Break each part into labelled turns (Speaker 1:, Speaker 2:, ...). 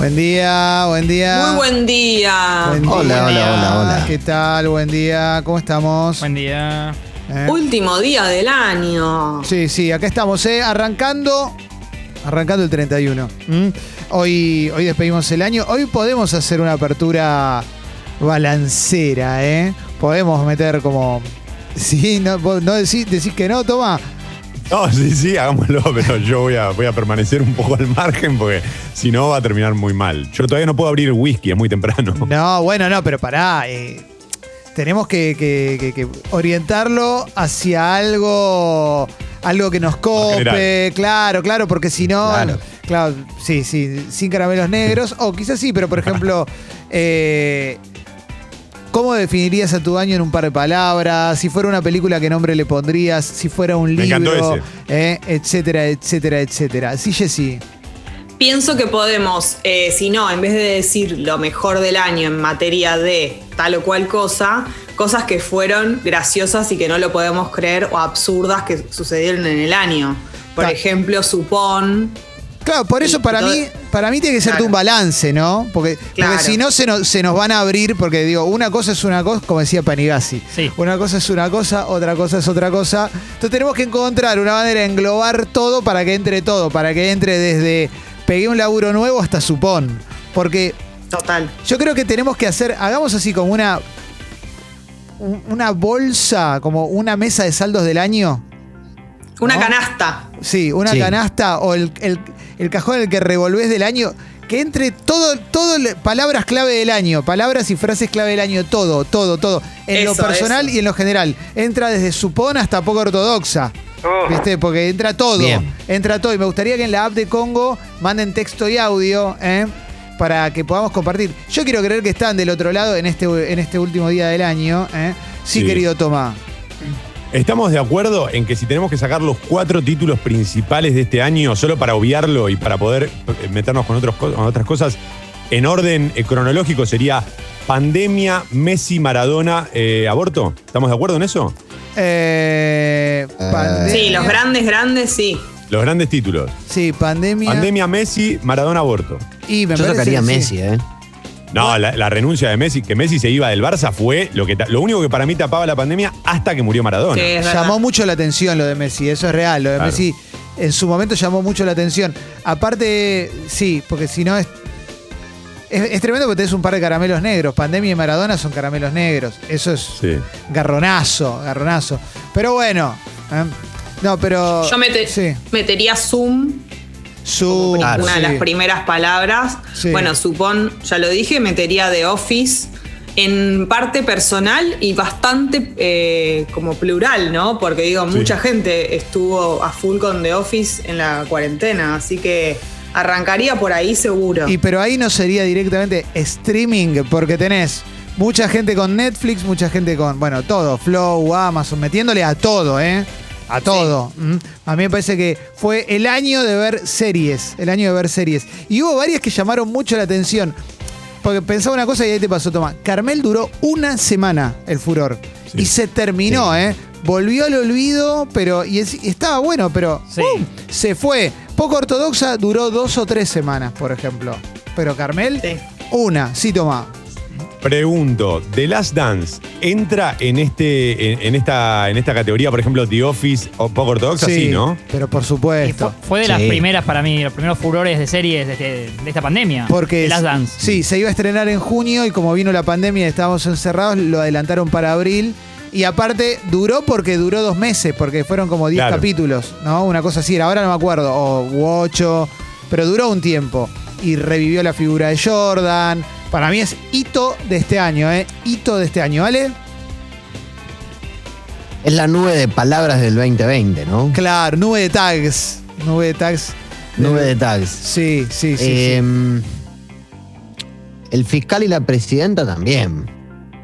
Speaker 1: Buen día, buen día.
Speaker 2: Muy buen día.
Speaker 1: Buen día.
Speaker 3: Hola, hola, hola, hola.
Speaker 1: ¿Qué tal? Buen día. ¿Cómo estamos?
Speaker 4: Buen día.
Speaker 1: ¿Eh?
Speaker 2: Último día del año.
Speaker 1: Sí, sí, acá estamos, ¿eh? Arrancando. Arrancando el 31. ¿m? Hoy, hoy despedimos el año. Hoy podemos hacer una apertura balancera, ¿eh? Podemos meter como. Sí, no, vos no decís, decís que no, toma.
Speaker 3: No, sí, sí, hagámoslo, pero yo voy a, voy a permanecer un poco al margen porque si no va a terminar muy mal. Yo todavía no puedo abrir el whisky, es muy temprano.
Speaker 1: No, bueno, no, pero pará. eh, tenemos que, que- que- que orientarlo hacia algo. Algo que nos cope,
Speaker 3: general.
Speaker 1: claro, claro, porque si no.
Speaker 3: Claro.
Speaker 1: claro, sí, sí, sin caramelos negros. o quizás sí, pero por ejemplo. eh, ¿Cómo definirías a tu año en un par de palabras? Si fuera una película, ¿qué nombre le pondrías? Si fuera un
Speaker 3: Me encantó
Speaker 1: libro,
Speaker 3: ese.
Speaker 1: eh, etcétera, etcétera, etcétera. Sí, Jessy.
Speaker 2: Pienso que podemos, eh, si no, en vez de decir lo mejor del año en materia de tal o cual cosa, cosas que fueron graciosas y que no lo podemos creer o absurdas que sucedieron en el año. Por
Speaker 1: Ta-
Speaker 2: ejemplo, Supón.
Speaker 1: Claro, por eso
Speaker 2: Y
Speaker 1: para
Speaker 2: todo-
Speaker 1: mí, para mí tiene que ser
Speaker 2: Claro.
Speaker 1: un balance, ¿no? Porque, porque
Speaker 2: Claro.
Speaker 1: si no se nos, se nos van a abrir, porque digo, una cosa es una cosa, como decía Panigasi,
Speaker 4: Sí.
Speaker 1: una cosa es una cosa, otra cosa es otra cosa. Entonces tenemos que encontrar una manera de englobar todo para que entre todo, para que entre desde pegué un laburo nuevo hasta supón. Porque
Speaker 2: Total.
Speaker 1: yo creo que tenemos que hacer, hagamos así como una un- una bolsa, como una mesa de saldos del año.
Speaker 2: Una
Speaker 1: ¿No?
Speaker 2: canasta.
Speaker 1: Sí, una
Speaker 3: Sí.
Speaker 1: canasta o el, el- el cajón en el que revolvés del año. Que entre todo, todo, le- palabras clave del año, palabras y frases clave del año, todo, todo, todo. En lo
Speaker 2: Eso,
Speaker 1: personal
Speaker 2: eso.
Speaker 1: y en lo general. Entra desde supón hasta poco ortodoxa.
Speaker 2: Oh.
Speaker 1: ¿Viste? Porque entra todo.
Speaker 3: Bien.
Speaker 1: Entra todo. Y me gustaría que en la app de Congo manden texto y audio, ¿eh? Para que podamos compartir. Yo quiero creer que están del otro lado en este, en este último día del año. ¿eh? Sí,
Speaker 3: Sí.
Speaker 1: querido Tomás.
Speaker 3: Estamos de acuerdo en que si tenemos que sacar los cuatro títulos principales de este año, solo para obviarlo y para poder eh, meternos con, otros co- con otras cosas, en orden eh, cronológico sería pandemia, Messi, Maradona, eh, aborto. ¿Estamos de acuerdo en eso?
Speaker 1: Eh, pandemia.
Speaker 2: Sí, los grandes, grandes, sí.
Speaker 3: Los grandes títulos.
Speaker 1: Sí, pandemia.
Speaker 3: Pandemia, Messi, Maradona, aborto.
Speaker 1: Y me
Speaker 5: Yo
Speaker 1: parece
Speaker 5: sacaría a
Speaker 1: que sí.
Speaker 5: Messi, ¿eh?
Speaker 3: No, la, la renuncia de Messi, que Messi se iba del Barça fue lo que ta- lo único que para mí tapaba la pandemia hasta que murió Maradona.
Speaker 2: Sí, es verdad.
Speaker 1: Llamó mucho la atención lo de Messi, eso es real. Lo de
Speaker 3: Claro.
Speaker 1: Messi en su momento llamó mucho la atención. Aparte, sí, porque si no es, es. es tremendo porque tenés un par de caramelos negros. Pandemia y Maradona son caramelos negros. Eso es
Speaker 3: Sí.
Speaker 1: garronazo, garronazo. Pero bueno. ¿eh? No, pero.
Speaker 2: Yo mete-
Speaker 1: Sí.
Speaker 2: metería Zoom
Speaker 1: Su.
Speaker 2: como
Speaker 5: Claro,
Speaker 2: una
Speaker 1: sí.
Speaker 2: de las primeras palabras.
Speaker 1: Sí.
Speaker 2: Bueno, supón, ya lo dije, metería The Office en parte personal y bastante eh, como plural, ¿no? Porque digo,
Speaker 3: Sí.
Speaker 2: mucha gente estuvo a full con The Office en la cuarentena, así que arrancaría por ahí seguro.
Speaker 1: Y pero ahí no sería directamente streaming, porque tenés mucha gente con Netflix, mucha gente con, bueno, todo, Flow, Amazon, metiéndole a todo, ¿eh? A todo. Mm. A mí me parece que fue el año de ver series, el año de ver series. Y hubo varias que llamaron mucho la atención. Porque pensaba una cosa y ahí te pasó, toma. Carmel duró una semana el furor.
Speaker 3: Sí.
Speaker 1: Y se terminó, ¿eh? Volvió al olvido, pero. Y, es- y estaba bueno, pero.
Speaker 4: Sí.
Speaker 1: ¡pum! Se fue. Poco ortodoxa duró dos o tres semanas, por ejemplo. Pero Carmel,
Speaker 2: Sí.
Speaker 1: una. Sí, toma.
Speaker 3: Pregunto, ¿The Last Dance entra en este en, en esta en esta categoría, por ejemplo, The Office o poco ortodoxa? Sí, ¿no?
Speaker 1: Pero por
Speaker 4: Y fue,
Speaker 1: supuesto.
Speaker 4: fue de las
Speaker 5: Sí.
Speaker 4: primeras para mí, los primeros furores de series de, este- de esta pandemia.
Speaker 1: Porque.
Speaker 4: De Last Dance.
Speaker 1: Sí, se iba a estrenar en junio y como vino la pandemia y estábamos encerrados, lo adelantaron para abril. Y aparte, duró porque duró dos meses, porque fueron como 10
Speaker 3: Claro.
Speaker 1: capítulos, ¿no? Una cosa así, era, ahora no me acuerdo, o u ocho, pero duró un tiempo. Y revivió la figura de Jordan. Para mí es hito de este año, ¿eh? Hito de este año, ¿vale?
Speaker 5: Es la nube de palabras del 2020, ¿no?
Speaker 1: Claro, nube de tags. Nube de tags.
Speaker 5: Nube de tags.
Speaker 1: Sí, sí, sí. sí.
Speaker 5: Em, El fiscal y la presidenta también.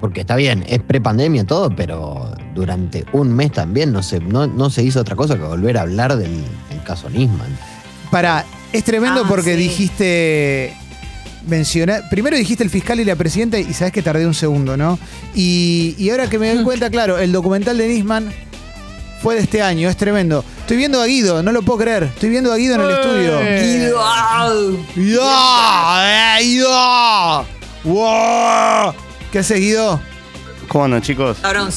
Speaker 5: Porque está bien, es prepandemia todo, pero durante un mes también no se, no, no se hizo otra cosa que volver a hablar del, del caso Nisman.
Speaker 1: Pará, es tremendo
Speaker 2: Ah,
Speaker 1: porque
Speaker 2: sí.
Speaker 1: dijiste. Mencionar, primero dijiste el fiscal y la presidenta y sabes que tardé un segundo, ¿no? Y, y ahora que me doy
Speaker 2: Mm.
Speaker 1: cuenta, claro, el documental de Nisman fue de este año, es tremendo. Estoy viendo a
Speaker 2: Eh. "Ah,
Speaker 1: Guido, no lo puedo creer. Estoy viendo a Guido en el estudio.
Speaker 4: Eh.
Speaker 2: Guido, au.
Speaker 1: ¡Ya!
Speaker 3: ¡Wow!
Speaker 1: ¿Qué has seguido?
Speaker 6: ¿Cómo andan, chicos?
Speaker 2: Cabrón.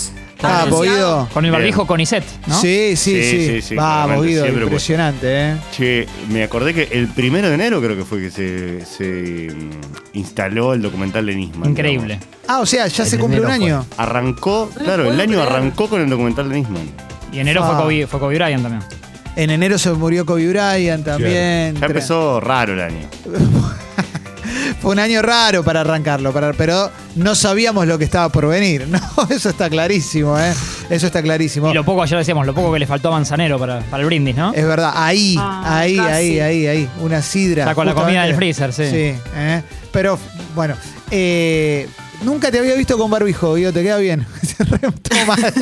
Speaker 1: Ah,
Speaker 2: Está
Speaker 1: Guido.
Speaker 4: Con el
Speaker 6: Bien.
Speaker 4: barbijo con Iset, ¿no?
Speaker 1: Sí, sí,
Speaker 6: Sí,
Speaker 1: sí.
Speaker 6: sí, sí,
Speaker 1: Vamos,
Speaker 6: claramente,
Speaker 1: Guido,
Speaker 6: siempre
Speaker 1: impresionante, ¿eh?
Speaker 6: Che, me acordé que el primero de enero creo que fue que se, se, mm, instaló el documental de Nisman.
Speaker 4: Increíble.
Speaker 6: digamos.
Speaker 1: Ah, o sea, ya
Speaker 5: En
Speaker 1: se cumple un
Speaker 5: enero
Speaker 1: año.
Speaker 6: Arrancó, claro, el
Speaker 2: puedo
Speaker 6: año
Speaker 2: creer.
Speaker 6: arrancó con el documental de Nisman.
Speaker 4: Y enero fue
Speaker 1: Ah.
Speaker 4: Kobe, fue Kobe Bryant también.
Speaker 1: En enero se murió Kobe Bryant también.
Speaker 6: Ya empezó raro el año.
Speaker 1: Fue un año raro para arrancarlo, para- pero no sabíamos lo que estaba por venir. No, eso está clarísimo, ¿eh? Eso está clarísimo.
Speaker 4: Y lo poco, ayer decíamos, lo poco que le faltó a Manzanero para, para el brindis, ¿no?
Speaker 1: Es verdad, ahí,
Speaker 2: Ah,
Speaker 1: ahí,
Speaker 2: casi.
Speaker 1: ahí, ahí, ahí. Una sidra.
Speaker 4: Ya con la
Speaker 1: justamente.
Speaker 4: comida del freezer, sí.
Speaker 1: Sí, ¿eh? pero bueno. eh, nunca te había visto con barbijo, Guido, te queda bien. Se re- Toma.
Speaker 6: Pasa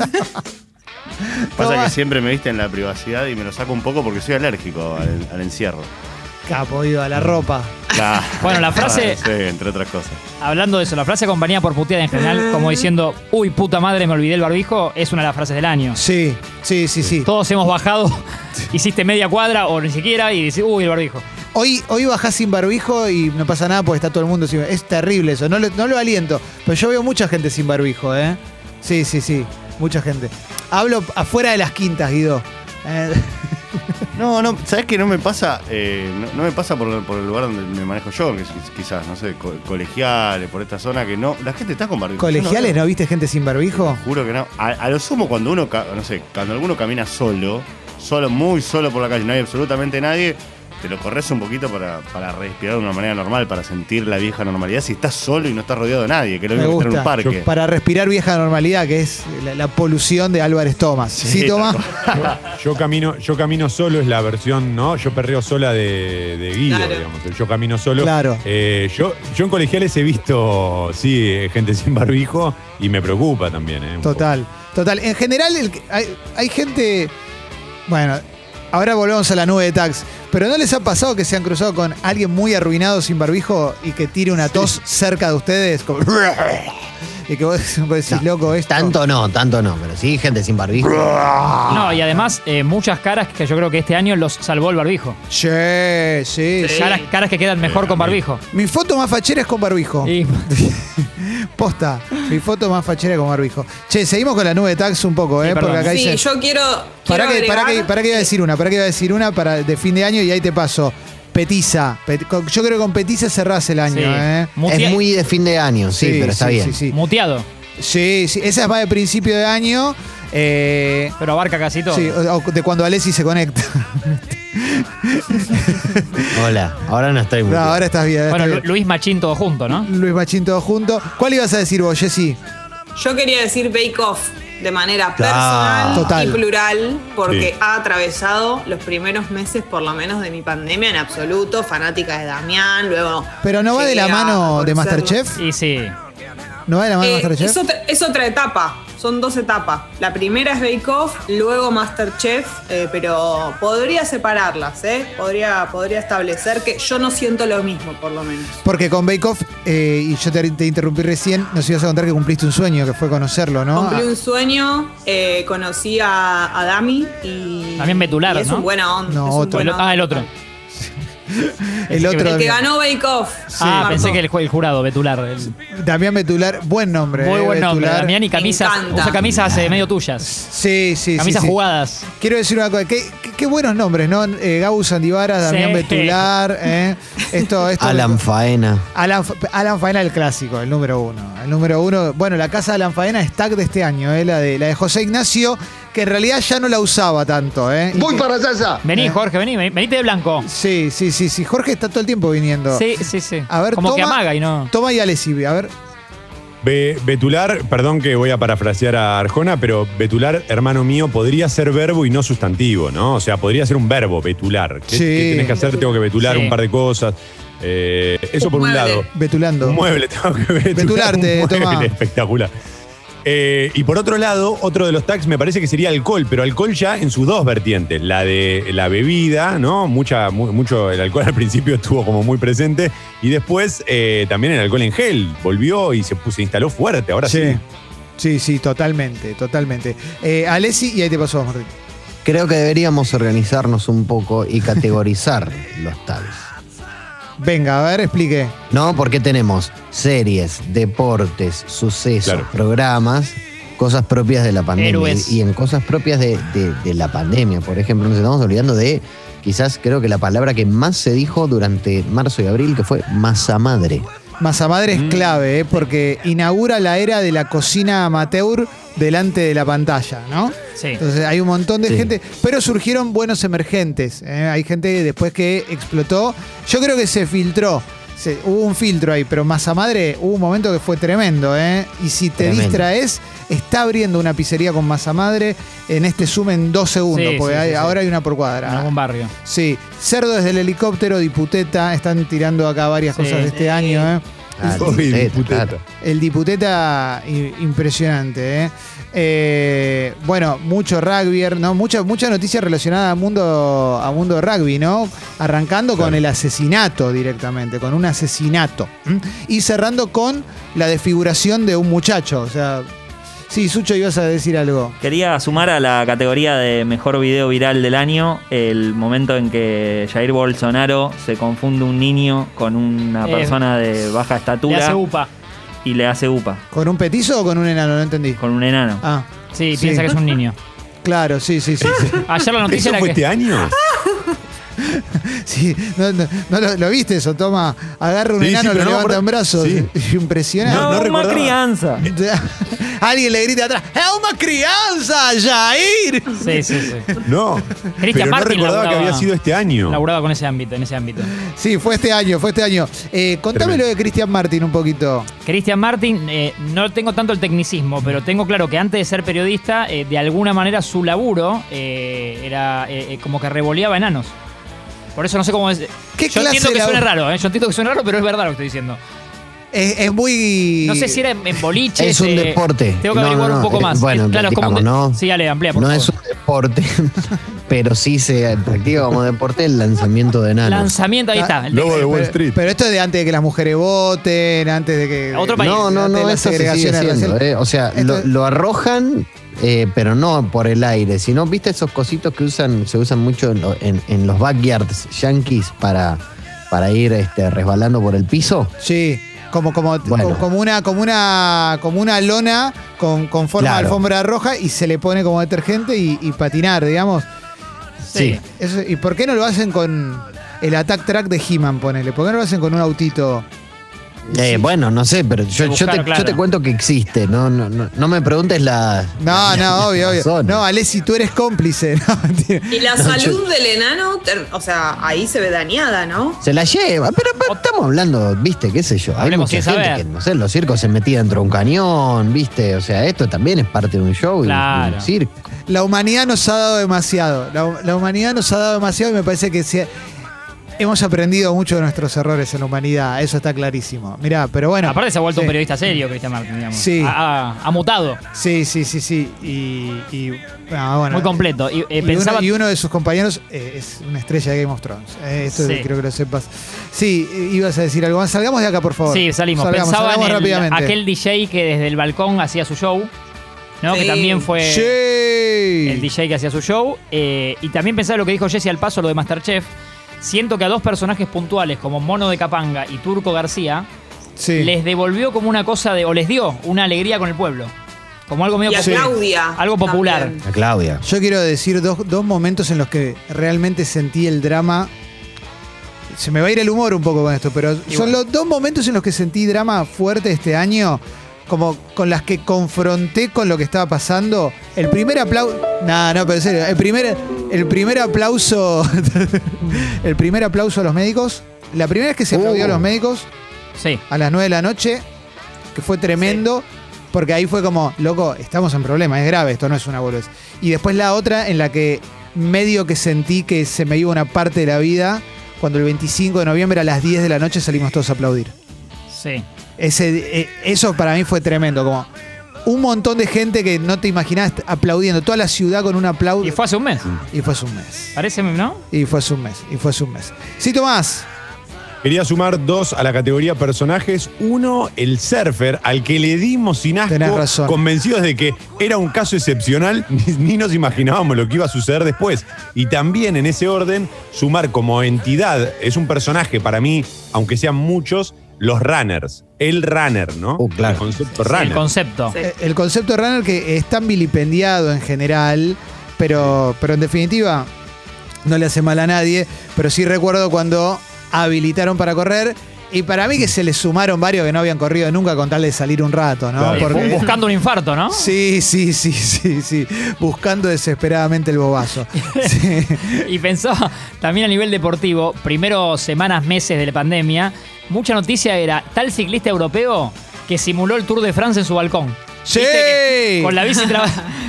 Speaker 1: Toma.
Speaker 6: que siempre me viste en la privacidad y me lo saco un poco porque soy alérgico al, al encierro.
Speaker 1: Capo, Guido, a la ropa.
Speaker 6: La-
Speaker 4: Bueno, la frase-
Speaker 6: Sí, entre otras cosas.
Speaker 4: Hablando de eso, la frase acompañada por puteada en general, como diciendo, uy, puta madre, me olvidé el barbijo, es una de las frases del año.
Speaker 1: Sí, sí, sí, sí.
Speaker 4: Todos hemos bajado, hiciste media cuadra o ni siquiera, y dices, uy, el barbijo.
Speaker 1: Hoy, hoy bajás sin barbijo y no pasa nada porque está todo el mundo sin Es terrible eso, no lo, no lo aliento. Pero yo veo mucha gente sin barbijo, ¿eh? Sí, sí, sí, mucha gente. Hablo afuera de las quintas, Guido. Eh,
Speaker 6: No, no, ¿sabes qué? No me pasa, eh, no, no me pasa por, por el lugar donde me manejo yo, que es quizás, no sé, co- colegiales, por esta zona que no. La gente está con barbijo. Yo
Speaker 1: ¿Colegiales
Speaker 6: veo.
Speaker 1: no viste gente sin barbijo?
Speaker 6: Juro que no. A, a lo sumo, cuando uno, ca- no sé, cuando alguno camina solo, solo, muy solo por la calle, no hay absolutamente nadie, te lo corres un poquito para, para respirar de una manera normal, para sentir la vieja normalidad. Si estás solo y no estás rodeado de nadie, que es lo
Speaker 1: Me
Speaker 6: mismo que estar en
Speaker 1: gusta.
Speaker 6: un parque.
Speaker 1: Para respirar vieja normalidad, que es la, la polución de Álvarez Thomas. Sí,
Speaker 6: Sí,
Speaker 1: Tomás.
Speaker 6: tal
Speaker 3: Yo camino, yo camino solo es la versión, ¿no? Yo perreo sola de, de Guido,
Speaker 2: Claro.
Speaker 3: digamos. El Yo camino solo.
Speaker 1: Claro.
Speaker 3: Eh, yo, yo en colegiales he visto, sí, eh, gente sin barbijo y me preocupa también, ¿eh? un poco.
Speaker 1: Total, total. En general, el que- hay, hay gente. Bueno, ahora volvemos a la nube de tax. Pero ¿no les ha pasado que se han cruzado con alguien muy arruinado sin barbijo y que tire una tos cerca de ustedes? Como- y que vos, vos decís,
Speaker 5: No,
Speaker 1: loco, esto.
Speaker 5: Tanto no, tanto no, pero sí, gente sin barbijo.
Speaker 1: Ah.
Speaker 4: No, y además, eh, muchas caras que yo creo que este año los salvó el barbijo.
Speaker 1: Che, sí, sí.
Speaker 2: Sí.
Speaker 4: Caras, caras que quedan mejor con barbijo.
Speaker 1: Mi foto más fachera es con barbijo.
Speaker 4: Y-
Speaker 1: Posta. Mi foto más fachera con barbijo. Che, seguimos con la nube de tax un poco, ¿eh?
Speaker 4: perdón.
Speaker 1: Porque acá
Speaker 2: Sí,
Speaker 1: dicen.
Speaker 2: yo quiero.
Speaker 1: Para
Speaker 2: quiero
Speaker 1: que, para que,
Speaker 2: agregar-
Speaker 1: para que iba a decir una, para que iba a decir una para de fin de año y ahí te paso. Petiza. Pet- con- yo creo que con Petiza cerrás el año,
Speaker 4: Sí.
Speaker 1: ¿eh?
Speaker 4: Mutea-
Speaker 5: Es muy de fin de año, sí, pero está
Speaker 1: sí,
Speaker 5: bien.
Speaker 1: Sí, sí.
Speaker 4: Muteado,
Speaker 1: Sí, sí, Esa va de principio de año. eh,
Speaker 4: pero abarca casi todo.
Speaker 1: sí, o- o de cuando Alessi se conecta.
Speaker 5: Hola, ahora no estoy muy
Speaker 1: No,
Speaker 5: bien.
Speaker 1: ahora estás bien. ahora
Speaker 4: bueno, Lu-
Speaker 1: estás bien.
Speaker 4: Luis Machín todo junto, ¿no?
Speaker 1: Luis Machín todo junto. ¿Cuál ibas a decir vos, Jessy?
Speaker 2: Yo quería decir Bake Off de manera
Speaker 5: Claro.
Speaker 2: personal
Speaker 1: Total.
Speaker 2: y plural, porque
Speaker 3: Sí.
Speaker 2: ha atravesado los primeros meses, por lo menos, de mi pandemia en absoluto, fanática de Damián, luego.
Speaker 1: Pero no va de
Speaker 2: llegué
Speaker 1: la
Speaker 2: a
Speaker 1: mano de
Speaker 2: conocerlo.
Speaker 1: Masterchef.
Speaker 4: Y sí.
Speaker 1: ¿No va de la mano de
Speaker 2: ah, Eh,
Speaker 1: Masterchef?
Speaker 2: es, otra, es otra etapa, son dos etapas. La primera es Bake Off, luego Masterchef, eh, pero podría separarlas, ¿eh? Podría, podría establecer que yo no siento lo mismo, por lo menos.
Speaker 1: Porque con Bake Off, eh, y yo te, te interrumpí recién, nos ibas a contar que cumpliste un sueño, que fue conocerlo, ¿no?
Speaker 2: Cumplí un sueño, eh, conocí a, a Dami y.
Speaker 4: También Betular,
Speaker 2: y es
Speaker 4: ¿no?
Speaker 2: un buena onda.
Speaker 1: No,
Speaker 2: es un
Speaker 1: otro.
Speaker 2: buena
Speaker 4: Ah, el otro.
Speaker 2: onda.
Speaker 1: Ah, el otro.
Speaker 2: El que
Speaker 1: Damián.
Speaker 2: ganó Bake Off.
Speaker 4: ah,
Speaker 2: Marco.
Speaker 4: pensé que el, ju- el jurado, Betular. el-
Speaker 1: Damián Betular, buen nombre.
Speaker 4: muy
Speaker 1: eh,
Speaker 4: buen nombre.
Speaker 1: Betular.
Speaker 4: Damián y camisas.
Speaker 2: Me encanta.
Speaker 4: Usa camisas eh, medio tuyas.
Speaker 1: Sí, sí, sí,
Speaker 4: Camisas
Speaker 1: sí.
Speaker 4: jugadas.
Speaker 1: Quiero decir una cosa, qué, qué- qué buenos nombres, ¿no? Eh, Gabo Sandivara, Damián
Speaker 4: Sí.
Speaker 1: Betular, eh. esto, esto.
Speaker 5: Alan Faena.
Speaker 1: Alan, Fa- Alan Faena el clásico, el número uno. El número uno. Bueno, la casa de Alan Faena es tag de este año, eh, la de la de José Ignacio, que en realidad ya no la usaba tanto, eh. Y que- eh.
Speaker 4: Vení, Jorge, vení, vení, venite de blanco.
Speaker 1: Sí, sí, sí, sí. Jorge está todo el tiempo viniendo.
Speaker 4: Sí, sí, sí.
Speaker 1: A ver,
Speaker 4: Como que
Speaker 1: toma-
Speaker 4: amaga y no.
Speaker 1: Toma y Alessi, a ver.
Speaker 3: Be- Betular, perdón que voy a parafrasear a Arjona, pero Betular, hermano mío, podría ser verbo y no sustantivo, ¿no? O sea, podría ser un verbo, betular. ¿Qué,
Speaker 1: Sí.
Speaker 3: qué tenés que hacer? Tengo que betular
Speaker 4: Sí.
Speaker 3: un par de cosas. Eh, eso
Speaker 2: Un
Speaker 3: por un
Speaker 2: mueble.
Speaker 3: lado.
Speaker 1: Betulando.
Speaker 3: Un mueble, tengo que betular.
Speaker 1: Betularte,
Speaker 3: un mueble,
Speaker 1: Tomá.
Speaker 3: espectacular. Eh, y por otro lado, otro de los tags me parece que sería alcohol, pero alcohol ya en sus dos vertientes. La de la bebida, ¿no? Mucha, mu- mucho, el alcohol al principio estuvo como muy presente. Y después eh, también el alcohol en gel. Volvió y se, puso, se instaló fuerte. Ahora sí.
Speaker 1: Sí. Sí, sí, totalmente, totalmente. Eh, Alessi, y ahí te pasó, Martín.
Speaker 5: Creo que deberíamos organizarnos un poco y categorizar los tags.
Speaker 1: Venga, a ver, explique.
Speaker 5: No, porque tenemos series, deportes, sucesos,
Speaker 3: Claro.
Speaker 5: programas, cosas propias de la pandemia.
Speaker 4: Héroes.
Speaker 5: Y en cosas propias de, de- de la pandemia, por ejemplo, nos estamos olvidando de, quizás creo que la palabra que más se dijo durante marzo y abril, que fue masa madre.
Speaker 1: Masa Madre
Speaker 4: Mm.
Speaker 1: es clave, ¿eh? porque inaugura la era de la cocina amateur delante de la pantalla, ¿no?
Speaker 4: Sí.
Speaker 1: Entonces hay un montón de
Speaker 5: Sí.
Speaker 1: gente, pero surgieron buenos emergentes. ¿eh? Hay gente después que explotó. Yo creo que se filtró. se- hubo un filtro ahí, pero Masa Madre hubo un momento que fue tremendo, ¿eh? Y si te
Speaker 5: Tremendo.
Speaker 1: distraes, está abriendo una pizzería con Masa Madre en este zoom en dos segundos,
Speaker 4: Sí,
Speaker 1: porque
Speaker 4: sí, sí,
Speaker 1: hay-
Speaker 4: sí.
Speaker 1: ahora hay una por cuadra.
Speaker 4: en algún barrio.
Speaker 1: Sí, cerdo desde el helicóptero, Diputeta, están tirando acá varias
Speaker 4: Sí.
Speaker 1: cosas de este año. ¿eh?
Speaker 5: Claro,
Speaker 3: Uy,
Speaker 5: Ah, sí,
Speaker 3: puteta.
Speaker 5: claro.
Speaker 1: El Diputeta, i- impresionante. ¿eh? Eh, bueno, mucho rugby, er, ¿no? Mucha, mucha noticia relacionada al mundo, a mundo rugby, ¿no? Arrancando con
Speaker 3: Claro.
Speaker 1: el asesinato directamente, con un asesinato. ¿m? Y cerrando con la desfiguración de un muchacho. O sea, sí, Sucho, ibas a decir algo.
Speaker 7: Quería sumar a la categoría de mejor video viral del año el momento en que Jair Bolsonaro se confunde un niño con una
Speaker 4: Eh,
Speaker 7: persona de baja
Speaker 4: Le hace
Speaker 7: estatura
Speaker 4: upa.
Speaker 7: y le hace upa
Speaker 1: ¿Con un petizo o con un enano? No entendí.
Speaker 7: con un enano.
Speaker 1: Ah,
Speaker 4: Sí,
Speaker 1: Sí.
Speaker 4: piensa que es un niño.
Speaker 1: claro, sí, sí, sí. sí.
Speaker 4: Ayer la noticia
Speaker 3: ¿Eso
Speaker 4: era
Speaker 3: fue
Speaker 4: que.
Speaker 3: este año?
Speaker 1: Sí, no, no- no lo, lo viste eso, toma, agarra un
Speaker 3: Sí, sí,
Speaker 1: enano, lo
Speaker 3: pero no me
Speaker 1: levanta
Speaker 3: acuerdo.
Speaker 1: en brazos.
Speaker 3: Sí.
Speaker 1: Impresionante.
Speaker 3: No,
Speaker 7: No,
Speaker 3: no
Speaker 7: una
Speaker 3: recordaba.
Speaker 7: crianza.
Speaker 1: Alguien le grita atrás, ¡es una crianza, Jair!
Speaker 4: Sí, sí, sí.
Speaker 3: No. pero no
Speaker 4: Martin
Speaker 3: recordaba que
Speaker 4: laburaba-
Speaker 3: había sido este año.
Speaker 4: Laburaba con ese ámbito, en ese ámbito.
Speaker 1: Sí, fue este año, fue este año. Eh, contame
Speaker 3: Tremendo.
Speaker 1: lo de Cristian Martín un poquito.
Speaker 4: Cristian Martin, eh, no tengo tanto el tecnicismo, pero tengo claro que antes de ser periodista, eh, de alguna manera su laburo eh, era eh, eh, como que revoleaba enanos. Por eso no sé cómo es.
Speaker 1: ¿Qué
Speaker 4: Yo
Speaker 1: clase
Speaker 4: entiendo que
Speaker 1: de
Speaker 4: suena
Speaker 1: laburo?
Speaker 4: raro, eh, yo entiendo que suena raro, pero es verdad lo que estoy diciendo.
Speaker 1: Es, es muy.
Speaker 4: No sé si era en en boliches.
Speaker 5: Es un
Speaker 4: eh,
Speaker 5: deporte.
Speaker 4: Tengo que
Speaker 5: No,
Speaker 4: averiguar
Speaker 5: no,
Speaker 4: un
Speaker 5: no,
Speaker 4: poco
Speaker 5: eh,
Speaker 4: más.
Speaker 5: bueno,
Speaker 4: Eh, claro, es como un
Speaker 5: digamos,
Speaker 4: de-
Speaker 5: no.
Speaker 4: Sí, dale, amplía, por
Speaker 5: No
Speaker 4: favor.
Speaker 5: es un deporte, pero sí se practica como deporte el lanzamiento de enanos.
Speaker 4: Lanzamiento, ahí
Speaker 5: Ah,
Speaker 4: está.
Speaker 3: Lobo de Wall
Speaker 1: Pero,
Speaker 3: Street.
Speaker 1: pero esto es de antes de que las mujeres voten, antes de que.
Speaker 4: Otro país.
Speaker 5: No, no,
Speaker 1: antes de
Speaker 5: no,
Speaker 1: la
Speaker 5: eso se sigue
Speaker 1: segregación
Speaker 5: haciendo,
Speaker 1: racial.
Speaker 5: eh. O sea, lo,
Speaker 1: Esto-
Speaker 5: lo arrojan, eh, pero no por el aire, sino, viste, esos cositos que usan, se usan mucho en, lo- en- en los backyards yankees para, para ir este, resbalando por el piso.
Speaker 1: Sí, como, como,
Speaker 5: Bueno.
Speaker 1: como- como una, como una, como una lona con, con forma de
Speaker 5: Claro.
Speaker 1: alfombra roja y se le pone como detergente y, y patinar, digamos.
Speaker 4: Sí.
Speaker 1: Eso- ¿Y por qué no lo hacen con el attack track de He-Man, ponele? ¿Por qué no lo hacen con un autito?
Speaker 5: Eh, Bueno, no sé, pero yo,
Speaker 4: Se
Speaker 5: yo, te,
Speaker 4: buscaron, claro.
Speaker 5: yo te cuento que existe, no, no, no, no me preguntes la...
Speaker 1: No, no, obvio, obvio.
Speaker 5: razón.
Speaker 1: No, Alessi, tú eres cómplice. No, mentira.
Speaker 2: Y la salud del enano, ter- o sea, ahí se ve dañada, ¿no?
Speaker 5: Se la lleva, pero, pero estamos hablando, viste, qué sé yo. Hay
Speaker 4: Hablemos
Speaker 5: mucha
Speaker 4: sin
Speaker 5: gente
Speaker 4: saber.
Speaker 5: que, no sé, los circos se metía dentro de un cañón, viste, o sea, esto también es parte de un show, y de
Speaker 4: Claro.
Speaker 5: un circo.
Speaker 1: La humanidad nos ha dado demasiado. La, la humanidad nos ha dado demasiado y me parece que se- hemos aprendido mucho de nuestros errores en la humanidad. Eso está clarísimo. Mirá, pero bueno.
Speaker 4: Aparte se ha vuelto
Speaker 1: Sí.
Speaker 4: un periodista serio, Cristian Martin, digamos.
Speaker 1: Sí.
Speaker 4: Ha, ha- ha mutado.
Speaker 1: Sí, sí, sí, sí. Y, y, ah, bueno.
Speaker 4: Muy completo. Y, eh,
Speaker 1: Y,
Speaker 4: pensaba.
Speaker 1: uno, y uno de sus compañeros eh, es una estrella de Game of Thrones. Eh, esto
Speaker 4: Sí.
Speaker 1: creo que lo sepas. Sí, eh, ibas a decir algo más. Salgamos de acá, por favor.
Speaker 4: Sí, salimos.
Speaker 1: Salgamos,
Speaker 4: Pensaba
Speaker 1: salgamos
Speaker 4: en el-
Speaker 1: rápidamente.
Speaker 4: aquel DJ que desde el balcón hacía su show, ¿no? Que
Speaker 2: Sí.
Speaker 4: también fue
Speaker 1: Sí.
Speaker 4: el DJ que hacía su show. eh, y también pensaba lo que dijo Jesse al paso, lo de Masterchef. Siento que a dos personajes puntuales, como Mono de Capanga y Turco García,
Speaker 1: Sí.
Speaker 4: les devolvió como una cosa de. o les dio una alegría con el pueblo. Como algo medio
Speaker 2: Y a
Speaker 4: popular.
Speaker 2: Claudia.
Speaker 4: Algo popular.
Speaker 2: también.
Speaker 5: A Claudia.
Speaker 1: Yo quiero decir dos, dos momentos en los que realmente sentí el drama. Se me va a ir el humor un poco con esto, pero son
Speaker 4: bueno.
Speaker 1: los dos momentos en los que sentí drama fuerte este año, como con las que confronté con lo que estaba pasando. El primer aplauso. No, no, pero en serio. El primer, el primer aplauso. el primer aplauso a los médicos. La primera vez que se aplaudió a los médicos
Speaker 4: Sí.
Speaker 1: a las 9 de la noche, que fue tremendo, porque ahí fue como, loco, estamos en problema, es grave, esto no es una boludez. Y después la otra en la que medio que sentí que se me iba una parte de la vida, cuando el 25 de noviembre a las 10 de la noche salimos todos a aplaudir.
Speaker 4: Sí.
Speaker 1: Ese, eh, eso para mí fue tremendo, como un montón de gente que no te imaginás aplaudiendo, toda la ciudad con un aplauso.
Speaker 4: Y fue hace un mes.
Speaker 1: y fue hace un mes.
Speaker 4: Parece, ¿no?
Speaker 1: Y fue hace un mes, y fue hace un mes. Sí, Tomás.
Speaker 3: Quería sumar dos a la categoría personajes. Uno, el surfer, al que le dimos sin asco,
Speaker 1: Tenés razón.
Speaker 3: convencidos de que era un caso excepcional, ni, ni nos imaginábamos lo que iba a suceder después. Y también en ese orden, sumar como entidad, es un personaje para mí, aunque sean muchos, los runners. El runner, ¿no?
Speaker 5: Uh, claro.
Speaker 3: El concepto
Speaker 4: El
Speaker 3: runner.
Speaker 4: concepto.
Speaker 2: Sí.
Speaker 1: Eh, El concepto de runner que es tan vilipendiado en general, pero, pero en definitiva no le hace mal a nadie. Pero sí recuerdo cuando habilitaron para correr y para mí que se le sumaron varios que no habían corrido nunca con tal de salir un rato, ¿no?
Speaker 3: Claro.
Speaker 4: Eh,
Speaker 1: Porque-
Speaker 4: Buscando un infarto, ¿no?
Speaker 1: Sí, sí, sí, sí, sí. Buscando desesperadamente el bobazo. Sí.
Speaker 4: Y pensaba también a nivel deportivo, primero semanas, meses de la pandemia, mucha noticia era tal ciclista europeo que simuló el Tour de France en su balcón.
Speaker 1: Sí.
Speaker 4: ¿Viste que Con la bici traba-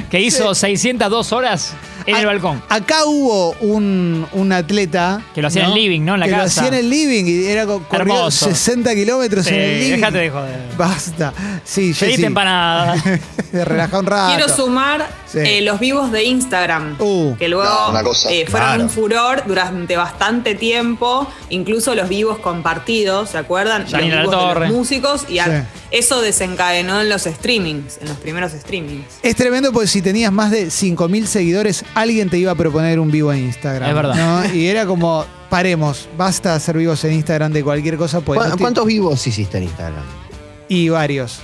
Speaker 4: que hizo 602 horas en el
Speaker 1: A-
Speaker 4: balcón.
Speaker 1: Acá hubo un, un atleta.
Speaker 4: Que lo hacía en el living, ¿no? En la
Speaker 1: que
Speaker 4: casa.
Speaker 1: lo hacía en el living y era co- corrió
Speaker 4: Hermoso.
Speaker 1: 60 kilómetros
Speaker 4: Sí,
Speaker 1: en el living.
Speaker 4: déjate de joder.
Speaker 1: Basta. Sí,
Speaker 4: Feliz
Speaker 1: Jessy.
Speaker 4: empanada.
Speaker 1: Relaja un rato.
Speaker 2: Quiero sumar
Speaker 1: Ah, Sí.
Speaker 2: eh, los vivos de Instagram,
Speaker 1: Uh,
Speaker 2: que luego
Speaker 8: no, una cosa.
Speaker 2: eh, fueron
Speaker 6: Claro.
Speaker 2: un furor durante bastante tiempo, incluso los vivos compartidos, ¿se acuerdan? los
Speaker 4: Janina La
Speaker 2: vivos de los
Speaker 4: Torre.
Speaker 2: músicos y a-
Speaker 1: Sí.
Speaker 2: eso desencadenó en los streamings, en los primeros streamings.
Speaker 1: Es tremendo porque si tenías más de 5.000 seguidores, alguien te iba a proponer un vivo en Instagram.
Speaker 4: Es verdad.
Speaker 1: ¿no? Y era como, paremos, basta hacer vivos en Instagram de cualquier cosa. Pues, no
Speaker 5: ¿Cu-
Speaker 1: te-
Speaker 5: ¿Cuántos vivos hiciste en Instagram?
Speaker 1: Y varios.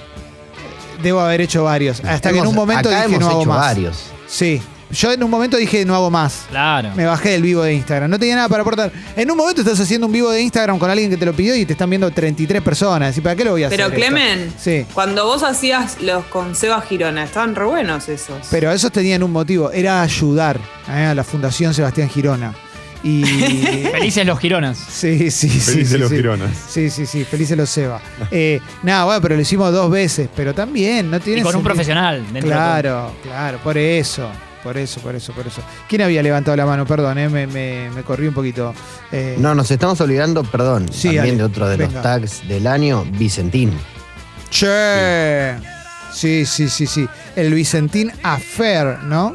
Speaker 1: Debo haber hecho varios. Hasta que en
Speaker 5: Hemos-
Speaker 1: un momento
Speaker 5: acá
Speaker 1: dije
Speaker 5: hemos
Speaker 1: no hago
Speaker 5: hecho
Speaker 1: más.
Speaker 5: varios.
Speaker 1: Sí. Yo en un momento dije no hago más.
Speaker 4: Claro.
Speaker 1: Me bajé del vivo de Instagram. No tenía nada para aportar. En un momento estás haciendo un vivo de Instagram con alguien que te lo pidió y te están viendo 33 personas. ¿Y para qué lo voy a
Speaker 2: Pero
Speaker 1: hacer? esto?
Speaker 2: Clemen,
Speaker 1: Sí.
Speaker 2: cuando vos hacías los con Seba Girona, estaban re buenos esos.
Speaker 1: Pero esos tenían un motivo. Era ayudar ¿eh? a la Fundación Sebastián Girona. Y.
Speaker 4: Felices los Gironas.
Speaker 1: Sí, sí, sí.
Speaker 3: Felices
Speaker 1: sí,
Speaker 3: los
Speaker 1: sí.
Speaker 3: Gironas.
Speaker 1: Sí, sí, sí. Felices los Seba. Eh, nada, bueno, pero lo hicimos dos veces. Pero también, no tiene
Speaker 4: Y con un
Speaker 1: sentido.
Speaker 4: profesional. dentro de todo.
Speaker 1: Claro, claro, por eso. Por eso, por eso, por eso. ¿Quién había levantado la mano? Perdón, eh, me, me- me corrí un poquito. Eh,
Speaker 5: No, nos estamos olvidando, perdón,
Speaker 1: Sí, dale,
Speaker 5: también de otro de
Speaker 1: venga.
Speaker 5: los tags del año, Vicentín.
Speaker 1: Che. Sí, sí, sí, sí. El Vicentín Affair, ¿no?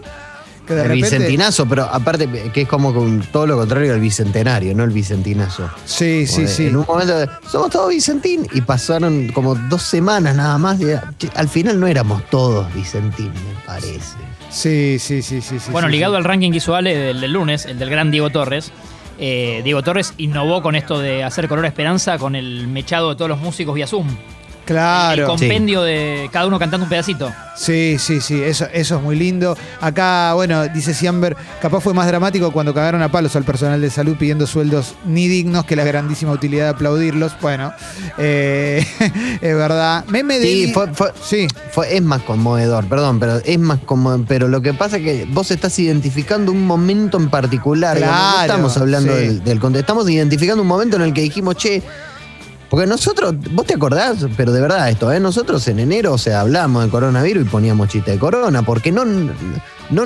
Speaker 1: Que de
Speaker 5: El
Speaker 1: repente-
Speaker 5: Vicentinazo, pero aparte que es como con todo lo contrario del Bicentenario, no el Vicentinazo.
Speaker 1: Sí,
Speaker 5: Como
Speaker 1: sí,
Speaker 5: de-
Speaker 1: sí.
Speaker 5: En un momento, de, somos todos Vicentín. Y pasaron como dos semanas nada más. y era- che, al final no éramos todos Vicentín, me parece.
Speaker 1: Sí, sí, sí, sí, sí,
Speaker 4: Bueno,
Speaker 1: sí,
Speaker 4: ligado
Speaker 1: sí.
Speaker 4: al ranking que hizo Ale del, del lunes, el del gran Diego Torres, eh, Diego Torres innovó con esto de hacer color a esperanza con el mechado de todos los músicos vía Zoom. El
Speaker 1: Claro.
Speaker 4: compendio de cada uno cantando un pedacito.
Speaker 1: Sí, sí, sí. Eso, eso es muy lindo. Acá, bueno, dice Siamber, capaz fue más dramático cuando cagaron a palos al personal de salud pidiendo sueldos ni dignos que la grandísima utilidad de aplaudirlos. Bueno, eh, es verdad. Meme de.
Speaker 5: Sí, fue- fue-
Speaker 1: Sí.
Speaker 5: Fue, es más conmovedor, perdón, pero es más conmovedor. Pero lo que pasa es que vos estás identificando un momento en particular. digamos,
Speaker 1: Claro,
Speaker 5: no estamos hablando
Speaker 1: sí.
Speaker 5: del, del contexto. Estamos identificando un momento en el que dijimos, che. Porque nosotros, vos te acordás, pero de verdad esto, ¿eh? Nosotros en enero, o sea, hablamos de coronavirus y poníamos chiste de corona, porque no, no,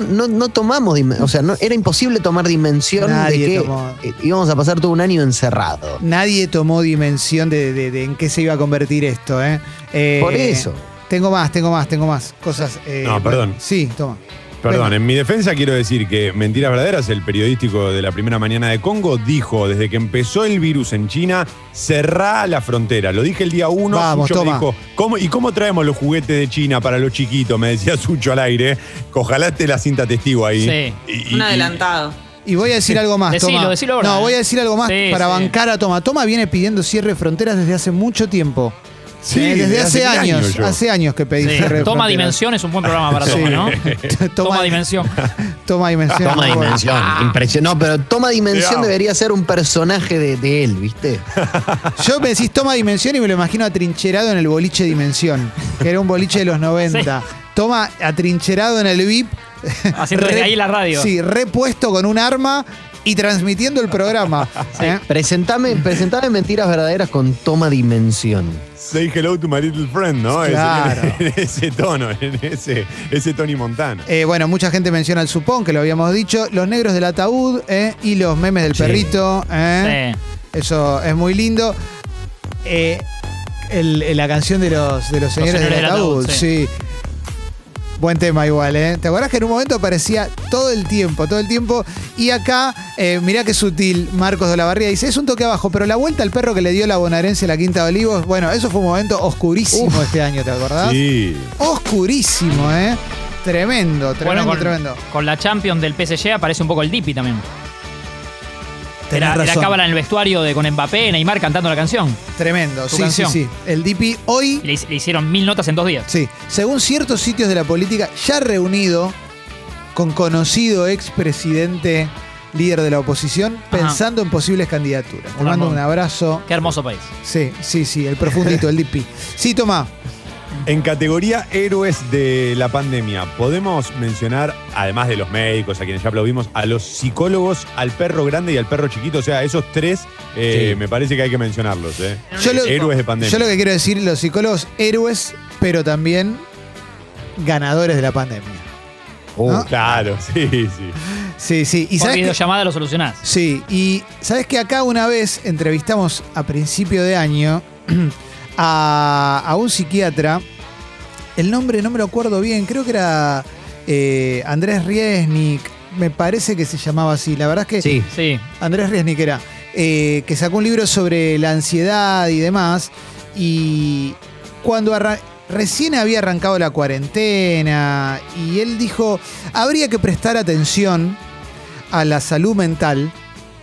Speaker 5: no, no tomamos, dimen- o sea, no, era imposible tomar dimensión
Speaker 1: Nadie
Speaker 5: de que
Speaker 1: tomó.
Speaker 5: eh, íbamos a pasar todo un año encerrado.
Speaker 1: Nadie tomó dimensión de, de- de en qué se iba a convertir esto, ¿eh? Eh,
Speaker 5: Por eso.
Speaker 1: Tengo más, tengo más, tengo más. Cosas. eh,
Speaker 3: No, perdón.
Speaker 1: Sí, toma.
Speaker 3: Perdón, en mi defensa quiero decir que Mentiras Verdaderas, el periodístico de la primera mañana de Congo, dijo desde que empezó el virus en China, cerrá la frontera. Lo dije el día uno,
Speaker 1: Vamos,
Speaker 3: Sucho me
Speaker 1: toma.
Speaker 3: dijo, "¿Cómo- ¿y cómo traemos los juguetes de China para los chiquitos? Me decía Sucho al aire. Ojalá esté la cinta testigo ahí.
Speaker 4: Sí.
Speaker 3: Y- y-
Speaker 2: Un
Speaker 3: y-
Speaker 2: adelantado.
Speaker 1: Y voy a decir algo más,
Speaker 4: Decilo,
Speaker 1: Toma.
Speaker 4: decilo ahora.
Speaker 1: No, voy a decir algo más
Speaker 4: Sí,
Speaker 1: para
Speaker 4: sí.
Speaker 1: bancar a Toma. Toma viene pidiendo cierre de fronteras desde hace mucho tiempo.
Speaker 3: Sí,
Speaker 1: Eh, desde, hace, años.
Speaker 3: yo.
Speaker 1: hace años que pedí
Speaker 4: Sí.
Speaker 1: cierre de
Speaker 4: Toma
Speaker 1: fronteras.
Speaker 4: Dimensión es un buen programa para
Speaker 1: Sí.
Speaker 4: Toma, ¿no?
Speaker 1: Toma,
Speaker 4: Toma Dimensión.
Speaker 1: Toma dimensión.
Speaker 5: Toma
Speaker 1: Bueno.
Speaker 5: dimensión, impresionante. No, pero toma dimensión
Speaker 3: Cuidado.
Speaker 5: debería ser un personaje de, de él, ¿viste?
Speaker 1: Yo me decís toma dimensión y me lo imagino atrincherado en el boliche dimensión, que era un boliche de los 90. Toma atrincherado en el VIP.
Speaker 4: Haciendo desde ahí la radio.
Speaker 1: Sí, repuesto con un arma y transmitiendo el programa. ¿eh?
Speaker 5: Presentame, presentame mentiras verdaderas con toma dimensión.
Speaker 3: Say hello to my little friend, ¿no? Ese-
Speaker 1: Claro.
Speaker 3: en ese tono, en ese, ese Tony Montana.
Speaker 1: Eh, bueno, mucha gente menciona el supón, que lo habíamos dicho, los negros del ataúd ¿eh? y los memes del
Speaker 5: Sí.
Speaker 1: perrito. ¿eh?
Speaker 4: Sí.
Speaker 1: Eso es muy lindo. Eh, el- el- la canción de los, de los señores, del ataúd, sí. Buen tema igual, ¿eh? ¿Te acordás que en un momento aparecía todo el tiempo, todo el tiempo? Y acá, eh, mirá qué sutil, Marcos de la Barría dice, es un toque abajo, pero la vuelta al perro que le dio la bonaerense a la Quinta de Olivos, bueno, eso fue un momento oscurísimo este año, ¿te acordás?
Speaker 3: Sí.
Speaker 1: Oscurísimo, ¿eh? Tremendo, tremendo,
Speaker 4: bueno, con,
Speaker 1: tremendo.
Speaker 4: con la Champions del PSG aparece un poco el Dipi también.
Speaker 1: Tenés
Speaker 4: Era, era
Speaker 1: razón.
Speaker 4: cábala en el vestuario de con Mbappé, Neymar cantando la canción.
Speaker 1: Tremendo, sí,
Speaker 4: Su
Speaker 1: sí,
Speaker 4: canción.
Speaker 1: sí. El DP hoy
Speaker 4: Y Le, hic- le hicieron mil notas en dos días.
Speaker 1: Sí, según ciertos sitios de la política, ya reunido con conocido expresidente líder de la oposición, pensando en posibles candidaturas. Te mando un abrazo.
Speaker 4: Qué hermoso país.
Speaker 1: Sí, sí, sí, el profundito, el DP. Sí, toma.
Speaker 3: En categoría héroes de la pandemia, podemos mencionar, además de los médicos, a quienes ya aplaudimos, a los psicólogos, al perro grande y al perro chiquito. O sea, esos tres eh,
Speaker 5: Sí.
Speaker 3: me parece que hay que mencionarlos. eh.
Speaker 1: Yo lo-
Speaker 3: héroes de pandemia.
Speaker 1: Yo lo que quiero decir, los psicólogos, héroes, pero también ganadores de la pandemia.
Speaker 5: Uh,
Speaker 1: ¿no?
Speaker 3: Claro, sí, sí.
Speaker 1: Sí, sí. Y
Speaker 4: Por
Speaker 1: sabes qué?
Speaker 4: videollamada lo solucionás.
Speaker 1: Sí, y sabes que acá una vez entrevistamos a principio de año a, a un psiquiatra. El nombre no me lo acuerdo bien, creo que era eh, Andrés Riesnik, me parece que se llamaba así. La verdad es que
Speaker 5: Sí.
Speaker 4: Sí.
Speaker 1: Andrés Riesnik era, eh, que sacó un libro sobre la ansiedad y demás. Y cuando arra- recién había arrancado la cuarentena, y él dijo, habría que prestar atención a la salud mental,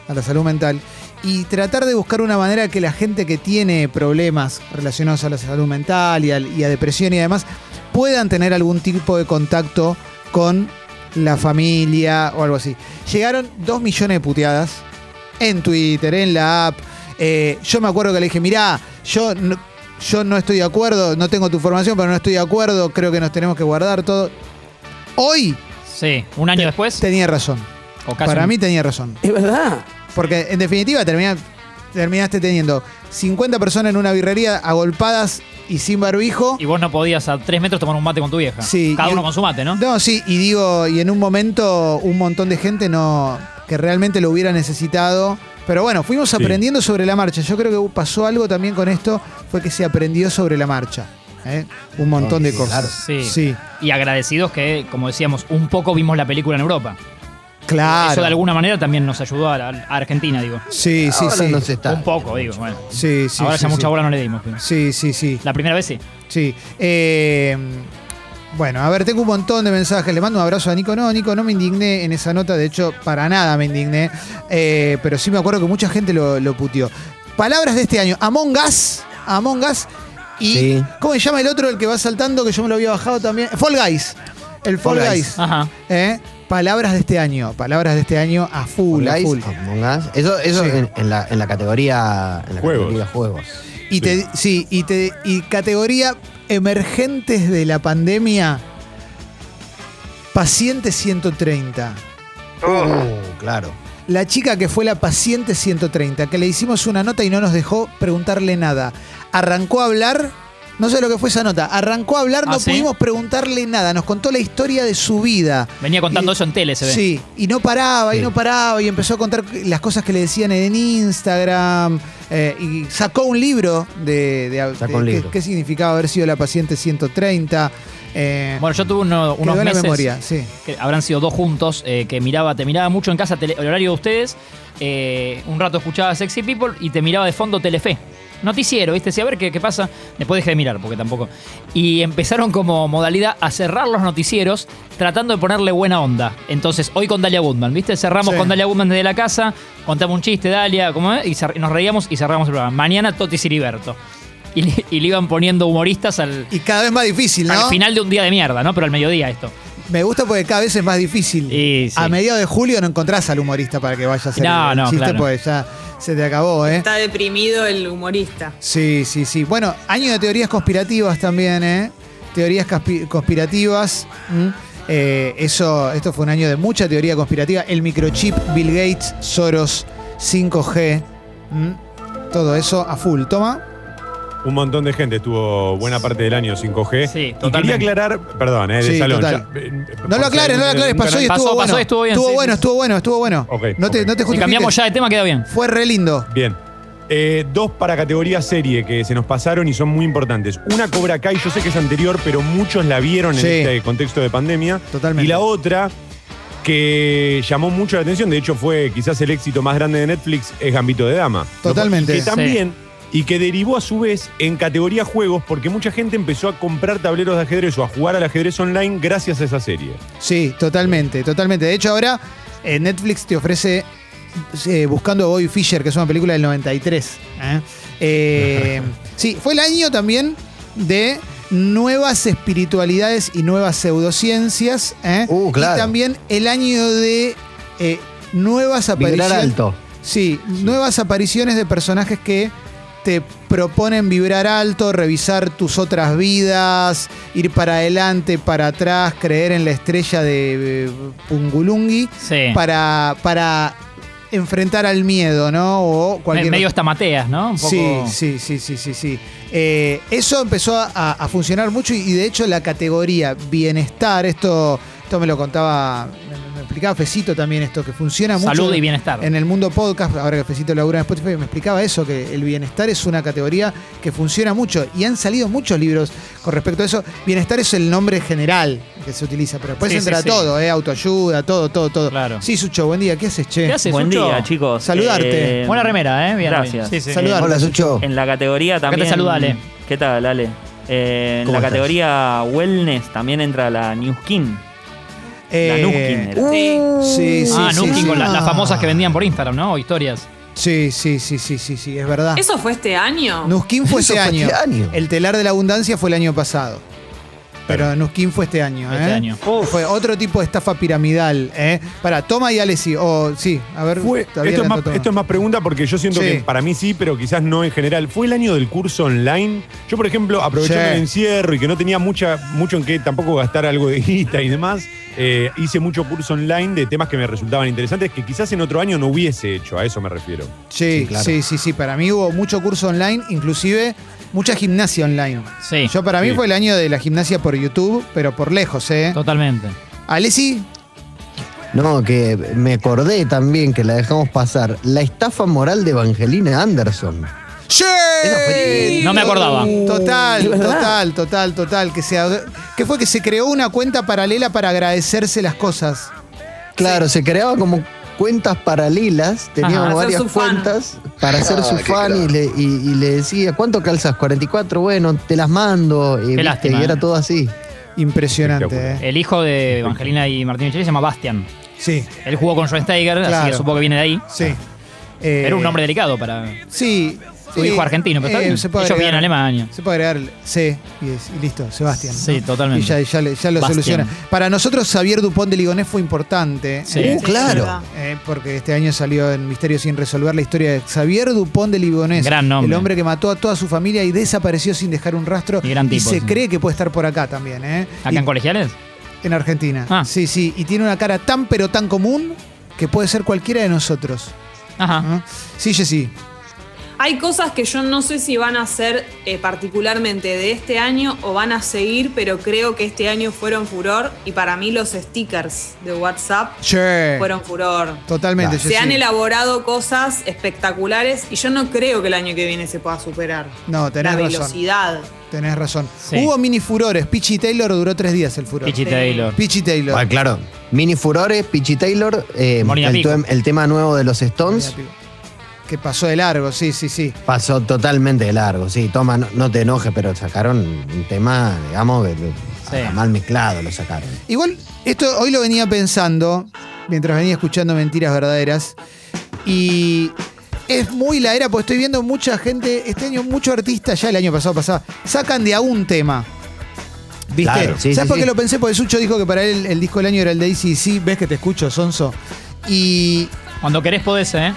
Speaker 1: a la salud mental, y tratar de buscar una manera que la gente que tiene problemas relacionados a la salud mental y al- y a, depresión y demás, puedan tener algún tipo de contacto con la familia o algo así. Llegaron dos millones de puteadas en Twitter, en la app. Eh, yo me acuerdo que le dije, mirá, yo no, yo no estoy de acuerdo, no tengo tu formación, pero no estoy de acuerdo, creo que nos tenemos que guardar todo. Hoy
Speaker 4: Sí. Un año después.
Speaker 1: tenía razón.
Speaker 4: o casi
Speaker 1: Para
Speaker 4: un-
Speaker 1: mí tenía razón.
Speaker 8: Es verdad.
Speaker 1: Porque en definitiva termina- terminaste teniendo 50 personas en una birrería agolpadas y sin barbijo.
Speaker 4: Y vos no podías a tres metros tomar un mate con tu vieja.
Speaker 1: Sí,
Speaker 4: Cada
Speaker 1: y-
Speaker 4: uno con su mate, ¿no?
Speaker 1: No, sí, y digo, y en un momento un montón de gente no que realmente lo hubiera necesitado. Pero bueno, fuimos aprendiendo sobre la marcha. Yo creo que pasó algo también con esto, fue que se aprendió sobre la marcha. ¿eh? Un montón de cosas.
Speaker 4: Sí.
Speaker 1: Sí,
Speaker 4: Y agradecidos que, como decíamos, un poco vimos la película en Europa.
Speaker 1: claro.
Speaker 4: Eso de alguna manera también nos ayudó a, la- a Argentina, digo.
Speaker 1: Sí, sí,
Speaker 5: Ahora
Speaker 1: sí.
Speaker 5: no se está.
Speaker 4: Un poco, digo. Bueno.
Speaker 1: Sí, sí,
Speaker 4: Ahora
Speaker 1: sí,
Speaker 4: ya
Speaker 1: sí.
Speaker 4: mucha bola no le dimos. pero-
Speaker 1: Sí, sí, sí.
Speaker 4: La primera vez sí.
Speaker 1: Sí. Eh, bueno, a ver, tengo un montón de mensajes. Le mando un abrazo a Nico. No, Nico, no me indigné en esa nota. De hecho, para nada me indigné. Eh, pero sí me acuerdo que mucha gente lo, lo puteó. Palabras de este año. Among Us. Among Us. Y,
Speaker 5: Sí.
Speaker 1: ¿cómo se llama el otro, el que va saltando, que yo me lo había bajado también? Fall Guys. El Fall,
Speaker 5: Fall Guys. Ah.
Speaker 1: Guys.
Speaker 4: Ajá.
Speaker 1: Eh, Palabras de este año. Palabras de este año a full, a
Speaker 5: Guys,
Speaker 1: full.
Speaker 5: Among Us. Eso, eso
Speaker 1: Sí.
Speaker 5: en, en la, en la categoría en la
Speaker 3: Juegos.
Speaker 5: categoría juegos.
Speaker 1: Y te, sí, y te y categoría emergentes de la pandemia. Paciente 130.
Speaker 5: Uh, claro.
Speaker 1: La chica que fue la paciente 130, que le hicimos una nota y no nos dejó preguntarle nada. Arrancó a hablar, no sé lo que fue esa nota, arrancó a hablar,
Speaker 4: ¿Ah,
Speaker 1: no
Speaker 4: sí?
Speaker 1: pudimos preguntarle nada, nos contó la historia de su vida.
Speaker 4: Venía contando eso en tele, se ve.
Speaker 1: Sí, y no paraba, y
Speaker 5: Sí.
Speaker 1: no paraba, y empezó a contar las cosas que le decían en Instagram, eh, y sacó un libro de, de-
Speaker 5: Sacó
Speaker 1: de-
Speaker 5: un
Speaker 1: qué-
Speaker 5: libro.
Speaker 1: qué significaba haber sido la paciente 130. eh,
Speaker 4: Bueno, yo tuve uno- unos
Speaker 1: quedó en la
Speaker 4: meses.
Speaker 1: memoria, sí.
Speaker 4: que habrán sido dos juntos, eh, que miraba, te miraba mucho en casa tele- el horario de ustedes, eh, un rato escuchaba Sexy People y te miraba de fondo Telefe. Noticiero, ¿viste? Sí, a ver qué, qué pasa. Después dejé de mirar, porque tampoco. Y empezaron como modalidad a cerrar los noticieros tratando de ponerle buena onda. Entonces, hoy con Dalia Goodman, ¿viste? Cerramos
Speaker 1: Sí.
Speaker 4: con Dalia Goodman desde la casa, contamos un chiste, Dalia, ¿cómo es? Y cer- nos reíamos y cerramos el programa. Mañana Toti Siriberto. Y le, y le iban poniendo humoristas al,
Speaker 1: Y cada vez más difícil, ¿no?
Speaker 4: al final de un día de mierda, ¿no? Pero al mediodía esto.
Speaker 1: Me gusta porque cada vez es más difícil.
Speaker 4: Y sí.
Speaker 1: A mediados de julio no encontrás al humorista para que vaya a hacer
Speaker 4: No,
Speaker 1: el
Speaker 4: no,
Speaker 1: chiste,
Speaker 4: claro.
Speaker 1: pues ya se te acabó, ¿eh?
Speaker 2: Está deprimido el humorista.
Speaker 1: Sí, sí, sí. Bueno, año de teorías conspirativas también, ¿eh? Teorías caspi- conspirativas. ¿m? Eh, eso, esto fue un año de mucha teoría conspirativa. El microchip, Bill Gates, Soros, 5G. ¿m? Todo eso a full. Toma.
Speaker 3: Un montón de gente estuvo buena parte del año 5G.
Speaker 4: Sí,
Speaker 3: y
Speaker 4: totalmente.
Speaker 3: quería aclarar, perdón, eh, de
Speaker 1: Sí,
Speaker 3: salón.
Speaker 1: total.
Speaker 3: ya, eh, por
Speaker 1: No
Speaker 3: si
Speaker 1: lo aclares, no lo
Speaker 3: alguien
Speaker 1: aclares. pues,
Speaker 3: nunca
Speaker 1: Pasó y
Speaker 3: lo-
Speaker 1: estuvo
Speaker 4: Pasó,
Speaker 1: bueno.
Speaker 4: pasó, estuvo bien,
Speaker 1: Estuvo
Speaker 4: sí,
Speaker 1: bueno,
Speaker 4: sí.
Speaker 1: estuvo bueno, estuvo bueno.
Speaker 3: Ok,
Speaker 1: no, Te,
Speaker 3: ok.
Speaker 1: no te
Speaker 4: Si
Speaker 1: justifiques.
Speaker 4: cambiamos ya de tema, queda bien.
Speaker 1: Fue re lindo.
Speaker 3: Bien. Eh, dos para categoría serie que se nos pasaron y son muy importantes. Una Cobra Kai, yo sé que es anterior, pero muchos la vieron en
Speaker 1: Sí.
Speaker 3: este contexto de pandemia.
Speaker 1: Totalmente.
Speaker 3: Y la otra que llamó mucho la atención, de hecho fue quizás el éxito más grande de Netflix, es Gambito de Dama.
Speaker 1: Totalmente.
Speaker 3: Y que
Speaker 1: Sí.
Speaker 3: también, y que derivó a su vez en categoría juegos, porque mucha gente empezó a comprar tableros de ajedrez o a jugar al ajedrez online gracias a esa serie.
Speaker 1: Sí, totalmente, totalmente. De hecho, ahora eh, Netflix te ofrece eh, Buscando a Bobby Fischer, que es una película del 93. ¿eh? Eh, sí, fue el año también de nuevas espiritualidades y nuevas pseudociencias. ¿eh?
Speaker 5: Uh, claro.
Speaker 1: Y también el año de eh, nuevas
Speaker 5: Vibrar
Speaker 1: apariciones.
Speaker 5: alto.
Speaker 1: Sí, nuevas apariciones de personajes que te proponen vibrar alto, revisar tus otras vidas, ir para adelante, para atrás, creer en la estrella de eh, Pungulungi
Speaker 4: Sí.
Speaker 1: para, para enfrentar al miedo, ¿no? O
Speaker 4: Me-
Speaker 1: cualquier
Speaker 4: Medio esta Mateas, ¿no? Un poco.
Speaker 1: Sí, sí, sí, sí, sí, sí. Eh, eso empezó a, a funcionar mucho y, y de hecho la categoría bienestar, esto, esto me lo contaba, me, me explicaba Fecito también esto, que funciona mucho.
Speaker 4: Salud y bienestar.
Speaker 1: En el mundo podcast, ahora que Fecito labura en Spotify, me explicaba eso, que el bienestar es una categoría que funciona mucho y han salido muchos libros con respecto a eso. Bienestar es el nombre general que se utiliza, pero después
Speaker 4: Sí,
Speaker 1: entra
Speaker 4: sí, sí.
Speaker 1: todo, ¿eh? autoayuda, todo, todo, todo.
Speaker 4: Claro.
Speaker 1: Sí, Sucho, buen día, ¿qué haces, che?
Speaker 4: ¿Qué haces,
Speaker 7: Buen
Speaker 4: Sucho?
Speaker 7: día, chicos.
Speaker 1: Saludarte.
Speaker 4: Buena remera, ¿eh? Bien,
Speaker 7: gracias.
Speaker 4: bien. Sí, sí.
Speaker 1: Saludar.
Speaker 5: Hola, Sucho.
Speaker 7: En la categoría
Speaker 4: te
Speaker 7: también.
Speaker 4: saluda Ale.
Speaker 7: ¿Qué tal, Ale? Eh, en
Speaker 5: ¿Cómo
Speaker 7: la
Speaker 5: estás?
Speaker 7: categoría wellness también entra la New Skin. La Nuskin
Speaker 1: Uh.
Speaker 7: era.
Speaker 2: Sí.
Speaker 1: Eh, Sí, sí,
Speaker 4: ah,
Speaker 1: sí,
Speaker 4: Nuki
Speaker 1: sí.
Speaker 4: con las, las
Speaker 1: Ah.
Speaker 4: famosas que vendían por Instagram, ¿no? O historias.
Speaker 1: Sí, sí, sí, sí, sí, sí, es verdad.
Speaker 2: ¿Eso fue este año?
Speaker 1: Nuskin fue
Speaker 5: Eso
Speaker 1: ese
Speaker 5: fue
Speaker 1: año.
Speaker 5: este año.
Speaker 1: El telar de la abundancia fue el año pasado. Pero Nuskin fue este año,
Speaker 4: Este
Speaker 1: ¿eh?
Speaker 4: año.
Speaker 1: Fue otro tipo de estafa piramidal, ¿eh? Para, toma y Alessi. O, sí, a ver.
Speaker 3: Fue-
Speaker 1: todavía
Speaker 3: esto, es
Speaker 1: la
Speaker 3: más,
Speaker 1: toma.
Speaker 3: esto es más pregunta porque yo siento
Speaker 1: Sí.
Speaker 3: que para mí sí, pero quizás no en general. ¿Fue el año del curso online? Yo, por ejemplo, aprovechando
Speaker 1: Sí.
Speaker 3: el encierro y que no tenía mucha, mucho en qué tampoco gastar algo de guita y demás, eh, hice mucho curso online de temas que me resultaban interesantes que quizás en otro año no hubiese hecho. A eso me refiero.
Speaker 1: Sí,
Speaker 5: Sí, claro.
Speaker 1: sí, sí, sí. Para mí hubo mucho curso online, inclusive mucha gimnasia online.
Speaker 4: Sí.
Speaker 1: Yo para mí
Speaker 3: Sí.
Speaker 1: fue el año de la gimnasia por YouTube, pero por lejos, ¿eh?
Speaker 4: Totalmente.
Speaker 1: Alessi,
Speaker 5: No, que me acordé también que la dejamos pasar. La estafa moral de Evangelina Anderson.
Speaker 1: ¡Sí!
Speaker 5: fue-
Speaker 4: No me acordaba.
Speaker 1: Total, total, total, total. Que, se, que fue que se creó una cuenta paralela para agradecerse las cosas.
Speaker 5: Claro, se creaba como cuentas paralelas, teníamos
Speaker 2: Para ser
Speaker 5: varias
Speaker 2: su fan.
Speaker 5: cuentas para ser su
Speaker 8: qué
Speaker 5: fan y le, y- y le decía, ¿cuánto calzas? 44, bueno, te las mando. Y, viste,
Speaker 4: lástima,
Speaker 5: y era
Speaker 4: ¿eh?
Speaker 5: todo así.
Speaker 1: Impresionante, ¿eh?
Speaker 4: El hijo de Evangelina y Martín Micheli se llama Bastian.
Speaker 1: Sí,
Speaker 4: Él jugó con Schweinsteiger, así
Speaker 1: Claro.
Speaker 4: que supongo que viene de ahí.
Speaker 1: sí. Eh,
Speaker 4: Era un nombre delicado para
Speaker 1: Sí.
Speaker 4: su
Speaker 1: sí.
Speaker 4: hijo argentino, pero está
Speaker 1: Eh,
Speaker 4: bien.
Speaker 1: se puede
Speaker 4: Ellos viven en
Speaker 1: agregar-
Speaker 4: Alemania.
Speaker 1: Se puede agregar el C y, es- y listo, Sebastián.
Speaker 4: Sí, totalmente.
Speaker 1: Y ya, ya le- ya lo
Speaker 4: Bastián.
Speaker 1: soluciona. Para nosotros, Xavier Dupont de Ligonés fue importante.
Speaker 4: Sí.
Speaker 5: Uh,
Speaker 2: Sí,
Speaker 5: claro.
Speaker 2: es verdad.
Speaker 1: Eh, porque este año salió en Misterio sin resolver la historia de Xavier Dupont de Ligonés.
Speaker 4: Gran nombre.
Speaker 1: El hombre que mató a toda su familia y desapareció sin dejar un rastro.
Speaker 4: Y gran tipo,
Speaker 1: se
Speaker 4: sí.
Speaker 1: cree que puede estar por acá también, ¿eh?
Speaker 4: ¿Acá
Speaker 1: Y-
Speaker 4: en colegiales?
Speaker 1: en Argentina.
Speaker 4: Ah.
Speaker 1: Sí, sí. Y tiene una cara tan pero tan común que puede ser cualquiera de nosotros.
Speaker 4: Ajá.
Speaker 1: ¿Ah? Sí, Jessy.
Speaker 2: Hay cosas que yo no sé si van a ser eh, particularmente de este año o van a seguir, pero creo que este año fueron furor y para mí los stickers de WhatsApp
Speaker 1: Che.
Speaker 2: fueron furor.
Speaker 1: Totalmente,
Speaker 5: Claro.
Speaker 1: Jessy.
Speaker 2: Se han elaborado cosas espectaculares y yo no creo que el año que viene se pueda superar.
Speaker 1: No, tenés
Speaker 2: La
Speaker 1: razón.
Speaker 2: velocidad.
Speaker 1: Tenés razón.
Speaker 4: Sí.
Speaker 1: Hubo mini furores. Pichi Taylor duró tres días el furor.
Speaker 4: Pichi
Speaker 1: Pichi,
Speaker 2: Sí.
Speaker 4: Taylor.
Speaker 1: Taylor.
Speaker 5: Ah, claro. Mini Furores, Pichi Taylor, eh,
Speaker 4: Molina
Speaker 5: el,
Speaker 4: Pico.
Speaker 5: tuem- el tema nuevo de los Stones.
Speaker 1: Que pasó de largo, sí, sí, sí.
Speaker 5: Pasó totalmente de largo, sí, toma, no, no te enojes, pero sacaron un tema, digamos, que- que-
Speaker 4: Sí.
Speaker 5: mal mezclado lo sacaron.
Speaker 1: Igual, esto hoy lo venía pensando mientras venía escuchando Mentiras Verdaderas. Y es muy la era, porque estoy viendo mucha gente, este año muchos artistas, ya el año pasado pasaba, sacan de a un tema. ¿Viste?
Speaker 5: Claro, sí,
Speaker 1: ¿Sabes
Speaker 5: sí,
Speaker 1: por qué
Speaker 5: sí.
Speaker 1: lo pensé? Porque Sucho dijo que para él el disco del año era el de sí Ves que te escucho, Sonso. Y,
Speaker 4: Cuando querés podés, ¿eh?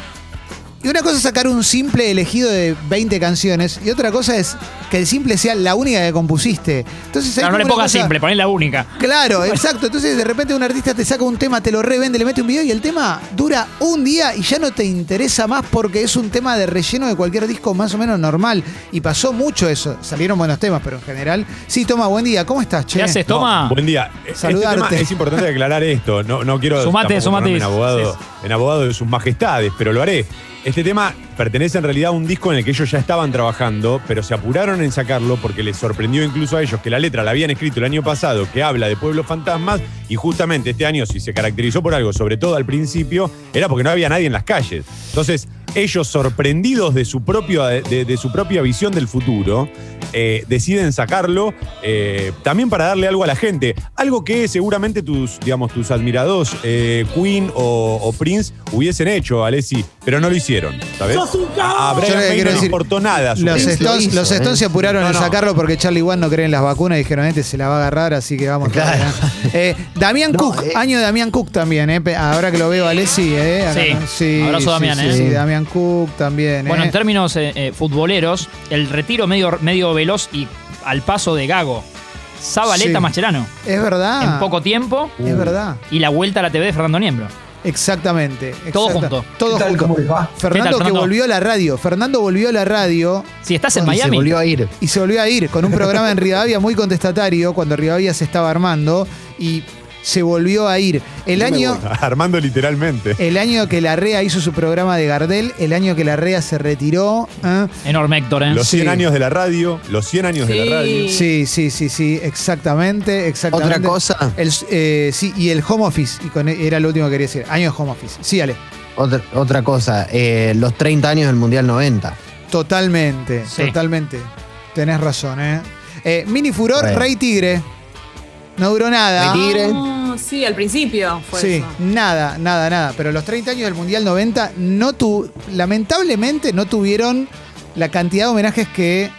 Speaker 1: y una cosa es sacar un simple elegido de 20 canciones, y otra cosa es que el simple sea la única que compusiste. Entonces, hay
Speaker 4: Claro, no le
Speaker 1: como una
Speaker 4: pongas
Speaker 1: cosa-
Speaker 4: simple, ponés la única.
Speaker 1: Claro, exacto. Entonces de repente un artista te saca un tema, te lo revende, le mete un video y el tema dura un día y ya no te interesa más porque es un tema de relleno de cualquier disco más o menos normal. Y pasó mucho eso. Salieron buenos temas, pero en general. Sí, Toma, buen día. ¿Cómo estás, che?
Speaker 4: ¿Qué haces, Toma?
Speaker 3: Buen día. Este
Speaker 1: Saludarte.
Speaker 3: tema es importante aclarar esto. No, no quiero
Speaker 4: Sumate,
Speaker 3: tampoco
Speaker 4: sumate.
Speaker 3: ponerme en abogado, en abogado de sus majestades, pero lo haré. Este tema pertenece en realidad a un disco en el que ellos ya estaban trabajando, pero se apuraron en sacarlo porque les sorprendió incluso a ellos que la letra la habían escrito el año pasado, que habla de pueblos fantasmas, y justamente este año, si se caracterizó por algo, sobre todo al principio, era porque no había nadie en las calles. Entonces, ellos, sorprendidos de su, propio, de, de su propia visión del futuro, eh, deciden sacarlo eh, también para darle algo a la gente. Algo que seguramente tus, digamos, tus admirados, eh, Queen o, o Prince, hubiesen hecho, Alessi, pero no lo hicieron. ¿sabes? A Brian
Speaker 1: Yo le
Speaker 3: May
Speaker 1: quiero
Speaker 3: no le
Speaker 1: decir,
Speaker 3: importó nada. su
Speaker 1: Los
Speaker 3: Prince.
Speaker 1: Stones,
Speaker 5: lo hizo,
Speaker 1: los Stones
Speaker 5: ¿eh?
Speaker 1: se apuraron
Speaker 3: No,
Speaker 1: en
Speaker 3: no.
Speaker 1: sacarlo porque Charlie Watts no cree en las vacunas y dijeron, este se la va a agarrar, así que vamos.
Speaker 5: Claro.
Speaker 1: todavía". Eh, Damián
Speaker 5: No,
Speaker 1: Cook,
Speaker 5: eh.
Speaker 1: año de Damián Cook también, eh. Pe- ahora que lo veo, Alessi, eh. Acá,
Speaker 4: Sí.
Speaker 1: ¿no? sí
Speaker 4: Abrazo,
Speaker 1: sí,
Speaker 4: Damián,
Speaker 1: sí,
Speaker 4: eh.
Speaker 1: sí, Damián Cook también,
Speaker 4: Bueno,
Speaker 1: eh.
Speaker 4: en términos eh, eh, futboleros, el retiro medio, medio veloz y al paso de Gago. Zabaleta
Speaker 1: Sí. Ah.
Speaker 4: Mascherano.
Speaker 1: Es verdad.
Speaker 4: En poco tiempo.
Speaker 1: Es verdad.
Speaker 4: Y la vuelta a la TV de Fernando Niembro.
Speaker 1: Exactamente.
Speaker 4: Todo
Speaker 1: exacta-
Speaker 4: junto.
Speaker 1: Todo
Speaker 8: ¿Qué tal?
Speaker 1: junto.
Speaker 8: ¿Cómo les va?
Speaker 1: Fernando,
Speaker 4: ¿Qué tal,
Speaker 1: que
Speaker 4: Fernando?
Speaker 1: volvió a la radio. Fernando volvió a la radio
Speaker 4: Si estás en
Speaker 5: Y Se
Speaker 4: Miami.
Speaker 5: volvió a ir.
Speaker 1: y se volvió a ir con un programa en Rivadavia muy contestatario cuando Rivadavia se estaba armando y se volvió a ir. El
Speaker 3: No me
Speaker 1: año
Speaker 3: gusta. Armando literalmente.
Speaker 1: el año que Larrea hizo su programa de Gardel, el año que Larrea se retiró. ¿eh?
Speaker 4: Enorme Héctor, ¿eh?
Speaker 3: Los 100
Speaker 1: Sí.
Speaker 3: años de la radio, los 100 años de la radio.
Speaker 1: Sí, sí, sí, sí, exactamente, exactamente.
Speaker 5: Otra cosa,
Speaker 1: El, eh, sí, y el home office, y con, era lo último que quería decir, año de home office. Sí, Ale,
Speaker 5: otra, otra cosa, eh, los 30 años del Mundial 90.
Speaker 1: totalmente,
Speaker 4: Sí.
Speaker 1: totalmente. Tenés razón, ¿eh? Eh, mini furor,
Speaker 5: Bueno.
Speaker 1: Rey Tigre. No duró nada.
Speaker 5: Rey Tigre.
Speaker 2: Ah, sí, al principio fue
Speaker 1: Sí,
Speaker 2: eso.
Speaker 1: nada, nada, nada. Pero los 30 años del Mundial 90 no tu, lamentablemente no tuvieron la cantidad de homenajes que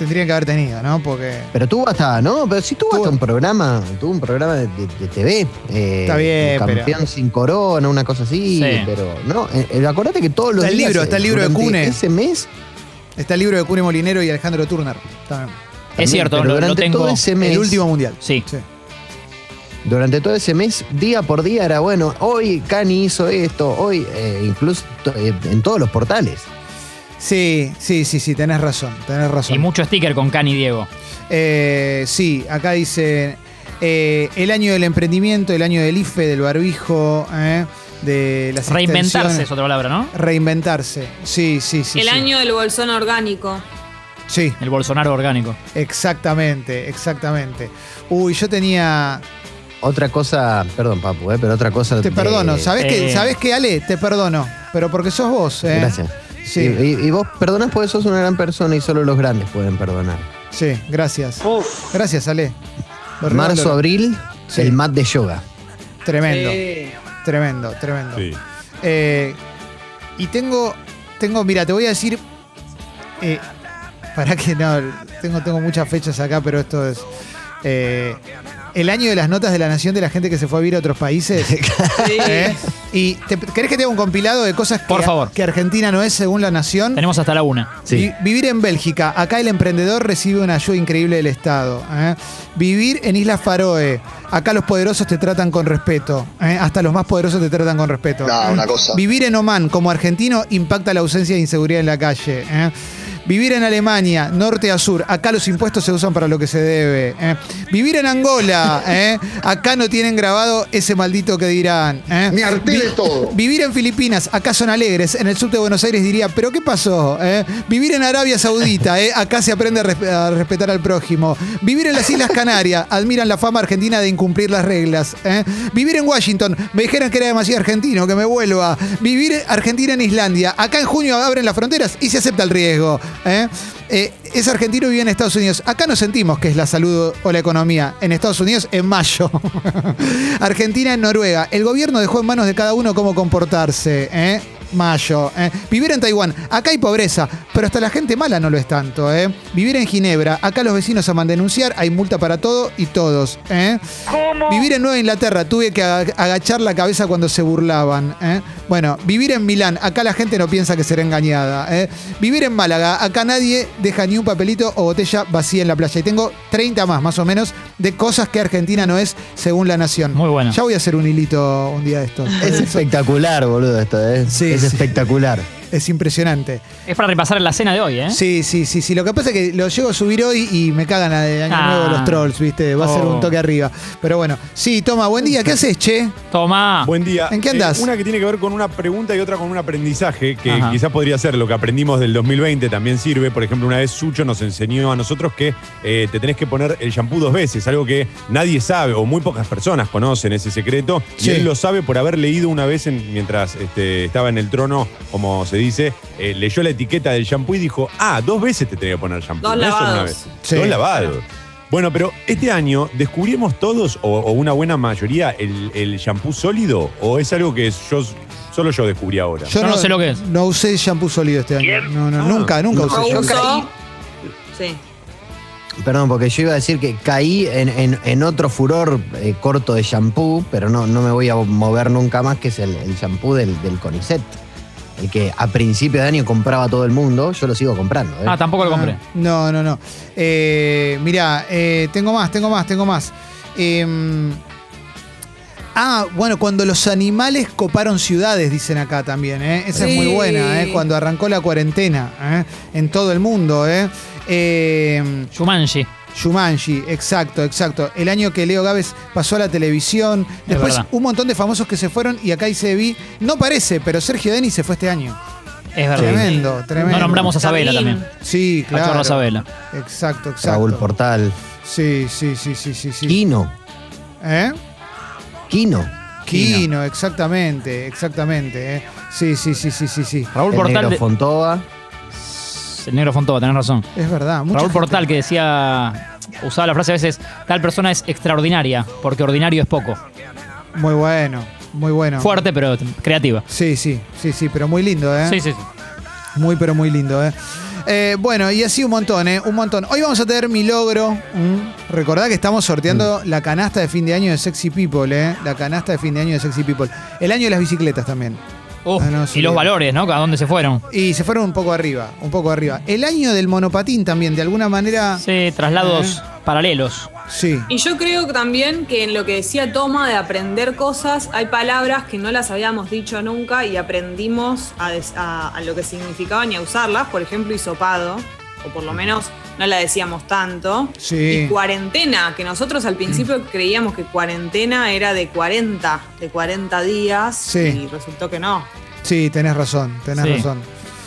Speaker 1: tendrían que haber tenido, ¿no? Porque
Speaker 5: Pero tuvo hasta, ¿no? Pero sí tuvo
Speaker 1: Tuvo-
Speaker 5: hasta un programa, tuvo un programa de, de- de TV. eh,
Speaker 1: Está bien,
Speaker 5: Campeón
Speaker 1: pero-
Speaker 5: sin corona, una cosa así.
Speaker 4: Sí.
Speaker 5: Pero, no, eh, eh, acordate que todos los
Speaker 1: Está el
Speaker 5: días,
Speaker 1: libro,
Speaker 5: eh,
Speaker 1: está el libro de
Speaker 5: durante
Speaker 1: Cune.
Speaker 5: Ese mes.
Speaker 1: está el libro de Cune Molinero y Alejandro Turner. también.
Speaker 5: también,
Speaker 4: cierto,
Speaker 5: pero
Speaker 4: lo- lo
Speaker 5: durante
Speaker 4: tengo.
Speaker 5: todo ese mes.
Speaker 1: El último Mundial.
Speaker 4: Sí.
Speaker 5: Durante todo ese mes, día por día, era bueno, hoy Cani hizo esto, hoy, eh, incluso to- eh, en todos los portales.
Speaker 1: Sí, sí, sí, sí, tenés razón, tenés razón.
Speaker 4: Y mucho sticker con Cani Diego.
Speaker 1: Eh, sí, acá dice eh, el año del emprendimiento, el año del IFE, del barbijo, ¿eh? de las
Speaker 4: Reinventarse
Speaker 1: extensiones.
Speaker 4: es otra palabra, ¿no?
Speaker 1: Reinventarse, sí, sí, sí.
Speaker 2: el
Speaker 1: sí.
Speaker 2: año del bolsón orgánico.
Speaker 1: Sí,
Speaker 4: El Bolsonaro orgánico.
Speaker 1: exactamente, exactamente. Uy, yo tenía.
Speaker 5: Otra cosa, perdón, Papu, eh, pero otra cosa.
Speaker 1: Te
Speaker 5: de-
Speaker 1: perdono, ¿sabés, que,
Speaker 4: eh.
Speaker 1: ¿sabés que, Ale? Te perdono, pero porque sos vos, ¿eh?
Speaker 5: Gracias.
Speaker 1: Sí,
Speaker 5: Y, y- y vos perdonás porque sos una gran persona y solo los grandes pueden perdonar.
Speaker 1: sí, gracias. Gracias, Ale. Lo
Speaker 5: Marzo,
Speaker 1: regalo.
Speaker 5: abril,
Speaker 1: Sí.
Speaker 5: el mat de yoga.
Speaker 1: Tremendo,
Speaker 2: Sí.
Speaker 1: tremendo, tremendo.
Speaker 3: Sí.
Speaker 1: Eh, y tengo, tengo, mira, te voy a decir, eh, para que no, tengo, tengo muchas fechas acá, pero esto es eh, el año de las notas de la nación de la gente que se fue a vivir a otros países.
Speaker 2: Sí.
Speaker 1: ¿eh? Y te, ¿querés que te haga un compilado de cosas que,
Speaker 4: Por favor.
Speaker 1: que Argentina no es según la nación?
Speaker 4: Tenemos hasta la una.
Speaker 5: Sí.
Speaker 1: Vi- Vivir en Bélgica. Acá el emprendedor recibe una ayuda increíble del Estado. ¿eh? Vivir en Islas Faroe. Acá los poderosos te tratan con respeto. ¿eh? Hasta los más poderosos te tratan con respeto.
Speaker 8: No, una cosa.
Speaker 1: Vivir en Oman como argentino impacta la ausencia de inseguridad en la calle. ¿eh? Vivir en Alemania, norte a sur. Acá los impuestos se usan para lo que se debe. ¿eh? Vivir en Angola. ¿eh? Acá no tienen grabado ese maldito que dirán. ¿eh?
Speaker 8: Me harté de todo.
Speaker 1: Vivir en Filipinas, acá son alegres. En el sur de Buenos Aires diría, ¿pero qué pasó? eh? Vivir en Arabia Saudita, eh, acá se aprende a, resp- a respetar al prójimo. Vivir en las Islas Canarias, admiran la fama argentina de incumplir las reglas. eh. Vivir en Washington, me dijeron que era demasiado argentino, que me vuelva. Vivir Argentina en Islandia, acá en junio abren las fronteras y se acepta el riesgo. eh. Eh, es argentino y vive en Estados Unidos. Acá no sentimos que es la salud o la economía. En Estados Unidos, en mayo. Argentina en Noruega. El gobierno dejó en manos de cada uno cómo comportarse. ¿eh? Mayo. ¿eh? Vivir en Taiwán. Acá hay pobreza, pero hasta la gente mala no lo es tanto. ¿eh? Vivir en Ginebra. Acá los vecinos aman denunciar. Hay multa para todo y todos. ¿eh? Vivir en Nueva Inglaterra. Tuve que aga- agachar la cabeza cuando se burlaban. ¿eh? Bueno, vivir en Milán. Acá la gente no piensa que será engañada. ¿eh? Vivir en Málaga. Acá nadie deja ni un papelito o botella vacía en la playa. Y tengo 30 más, más o menos, de cosas que Argentina no es según la nación.
Speaker 4: Muy bueno.
Speaker 1: Ya voy a hacer un hilito un día de estos.
Speaker 5: Es espectacular, boludo, esto, ¿eh?
Speaker 1: Sí,
Speaker 5: es
Speaker 1: sí.
Speaker 5: espectacular.
Speaker 1: Es impresionante.
Speaker 4: Es para repasar la cena de hoy, ¿eh?
Speaker 1: Sí, sí, sí, sí. Lo que pasa es que lo llego a subir hoy y me cagan la de año
Speaker 4: Ah.
Speaker 1: nuevo los trolls, ¿viste? Va a ser
Speaker 4: Oh.
Speaker 1: un toque arriba. Pero bueno, sí, toma, buen día. ¿Qué haces, che?
Speaker 2: Ah.
Speaker 4: Toma.
Speaker 3: Buen día. Eh,
Speaker 1: ¿En qué andás?
Speaker 3: una que tiene que ver con una pregunta y otra con un aprendizaje, que
Speaker 4: Ajá.
Speaker 3: quizás podría ser lo que aprendimos del 2020 también sirve. Por ejemplo, una vez Sucho nos enseñó a nosotros que eh, te tenés que poner el shampoo dos veces, algo que nadie sabe o muy pocas personas conocen ese secreto.
Speaker 1: Sí.
Speaker 3: Y él lo sabe por haber leído una vez en- mientras este, estaba en el trono, como se dice, eh, leyó la etiqueta del shampoo y dijo, ah, dos veces te tenía que poner shampoo.
Speaker 2: Dos
Speaker 3: no es solo una
Speaker 2: lavados.
Speaker 3: vez.
Speaker 1: Sí.
Speaker 3: Dos lavados. Bueno, pero este año descubrimos todos, o, o una buena mayoría, el, el shampoo sólido, o es algo que yo, solo yo descubrí ahora.
Speaker 4: Yo no sé lo que es.
Speaker 1: No usé shampoo sólido este año. No, no,
Speaker 3: Ah.
Speaker 1: nunca, nunca usé
Speaker 2: No
Speaker 1: shampoo.
Speaker 2: uso. Sí.
Speaker 5: Perdón, porque yo iba a decir que caí en, en- en otro furor eh, corto de shampoo, pero no, no me voy a mover nunca más, que es el, el shampoo del, del Conicet. El que a principio de año compraba todo el mundo, yo lo sigo comprando. ¿eh?
Speaker 4: Ah, tampoco lo compré.
Speaker 1: No, no, no. Eh, mirá, eh, tengo más, tengo más, tengo más. Eh, ah, bueno, cuando los animales coparon ciudades, dicen acá también. ¿eh? Esa es muy
Speaker 2: Sí.
Speaker 1: buena, ¿eh? cuando arrancó la cuarentena ¿eh? en todo el mundo. ¿eh? Eh,
Speaker 4: Shumanji.
Speaker 1: Shumanji, exacto, exacto. El año que Leo Gávez pasó a la televisión. Después
Speaker 4: verdad.
Speaker 1: un montón de famosos que se fueron y acá se vi. No parece, pero Sergio Denis se fue este año.
Speaker 4: Es verdad.
Speaker 1: Tremendo, tremendo.
Speaker 4: No nombramos a Sabela
Speaker 2: Sabín.
Speaker 4: también.
Speaker 1: Sí,
Speaker 4: A
Speaker 1: claro.
Speaker 4: Chorro Sabela.
Speaker 1: Exacto, exacto.
Speaker 5: Raúl Portal.
Speaker 1: Sí, sí, sí, sí, sí, sí.
Speaker 5: Quino.
Speaker 1: ¿Eh?
Speaker 5: Quino.
Speaker 1: Quino, exactamente, exactamente. ¿eh? Sí, sí, sí, sí, sí, sí.
Speaker 4: Raúl
Speaker 5: El
Speaker 4: Portal.
Speaker 5: negro
Speaker 4: de-
Speaker 5: Fontova.
Speaker 4: El negro Fontova, tenés razón.
Speaker 1: Es verdad. mucha
Speaker 4: Raúl
Speaker 1: gente-
Speaker 4: Portal que decía. Usaba la frase a veces, tal persona es extraordinaria, porque ordinario es poco.
Speaker 1: Muy bueno, muy bueno.
Speaker 4: Fuerte, pero t- creativa.
Speaker 1: Sí, sí, sí, sí, pero muy lindo, ¿eh?
Speaker 4: Sí, sí, sí.
Speaker 1: Muy, pero muy lindo, ¿eh? Eh, bueno, y así un montón, ¿eh? Un montón. Hoy vamos a tener mi logro. ¿Mm? Recordá que estamos sorteando la canasta de fin de año de Sexy People, ¿eh? La canasta de fin de año de Sexy People. El año de las bicicletas también.
Speaker 4: Uf,
Speaker 1: Ah, no, sí.
Speaker 4: y los valores, ¿no? ¿A dónde se fueron?
Speaker 1: Y se fueron un poco arriba, un poco arriba. El año del monopatín también, de alguna manera.
Speaker 4: Sí, traslados
Speaker 1: ¿Eh?
Speaker 4: paralelos.
Speaker 1: Sí.
Speaker 2: Y yo creo que también que en lo que decía Toma de aprender cosas, hay palabras que no las habíamos dicho nunca y aprendimos a, des- a- a lo que significaban y a usarlas. Por ejemplo, hisopado, o por lo menos no la decíamos tanto.
Speaker 1: Sí. Mm.
Speaker 2: Y cuarentena, que nosotros al principio creíamos que cuarentena era de 40, de 40 días,
Speaker 1: Sí.
Speaker 2: y resultó que no.
Speaker 1: Sí, tenés razón, tenés
Speaker 4: Sí.
Speaker 1: razón.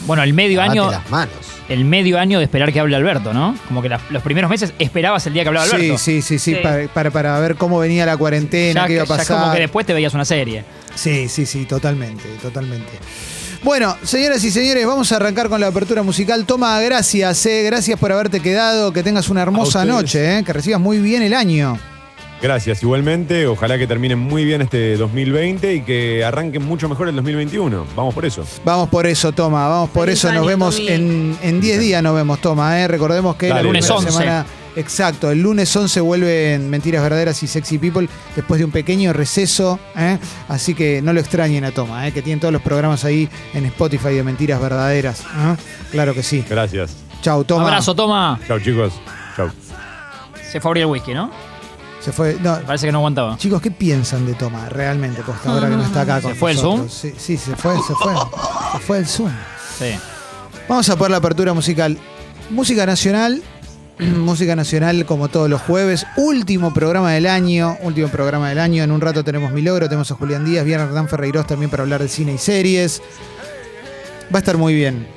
Speaker 4: Bueno, el medio
Speaker 5: Lavate
Speaker 4: año.
Speaker 5: las manos.
Speaker 4: El medio año de esperar que hable Alberto, ¿no? Como que la- los primeros meses esperabas el día que hablaba
Speaker 1: Sí,
Speaker 4: Alberto.
Speaker 1: sí, sí, sí,
Speaker 2: Sí.
Speaker 1: Para, para, para ver cómo venía la cuarentena,
Speaker 4: Ya,
Speaker 1: qué iba a
Speaker 4: ya
Speaker 1: pasar.
Speaker 4: como que después te veías una serie.
Speaker 1: Sí, sí, sí, totalmente, totalmente. Bueno, señoras y señores, vamos a arrancar con la apertura musical. Toma, gracias, eh, gracias por haberte quedado, que tengas una hermosa
Speaker 3: ustedes.
Speaker 1: noche, eh, que recibas muy bien el año.
Speaker 3: Gracias, igualmente. Ojalá que terminen muy bien este 2020 y que arranquen mucho mejor el 2021. Vamos por eso.
Speaker 1: Vamos por eso, Toma, vamos por
Speaker 2: Feliz
Speaker 1: eso. Nos
Speaker 2: año,
Speaker 1: vemos
Speaker 2: Tommy.
Speaker 1: en en 10 días, nos vemos, Toma. eh. Recordemos que
Speaker 3: Dale,
Speaker 1: la
Speaker 3: lunes
Speaker 1: primera
Speaker 4: 11.
Speaker 1: semana... Exacto, el lunes 11 vuelven Mentiras Verdaderas y Sexy People después de un pequeño receso. eh. Así que no lo extrañen a Toma, eh, que tienen todos los programas ahí en Spotify de Mentiras Verdaderas. ¿eh? Claro que sí.
Speaker 3: Gracias.
Speaker 1: Chau, Toma.
Speaker 4: Abrazo, toma.
Speaker 3: Chao, chicos. Chau.
Speaker 4: Se fue a abrir el whisky, ¿no?
Speaker 1: Se fue. No,
Speaker 4: Parece que no aguantaba.
Speaker 1: chicos, ¿qué piensan de Toma realmente? Costa, ahora que no está acá
Speaker 4: ¿Se
Speaker 1: con
Speaker 4: fue el
Speaker 1: nosotros. Sí, sí, se fue, se fue. Se fue el Zoom.
Speaker 4: Sí.
Speaker 1: Vamos a poner la apertura musical. Música nacional. Música nacional como todos los jueves. Último programa del año. Último programa del año. En un rato tenemos Milogro, tenemos a Julián Díaz, viene Hernán Ferreiros también para hablar de cine y series. Va a estar muy bien.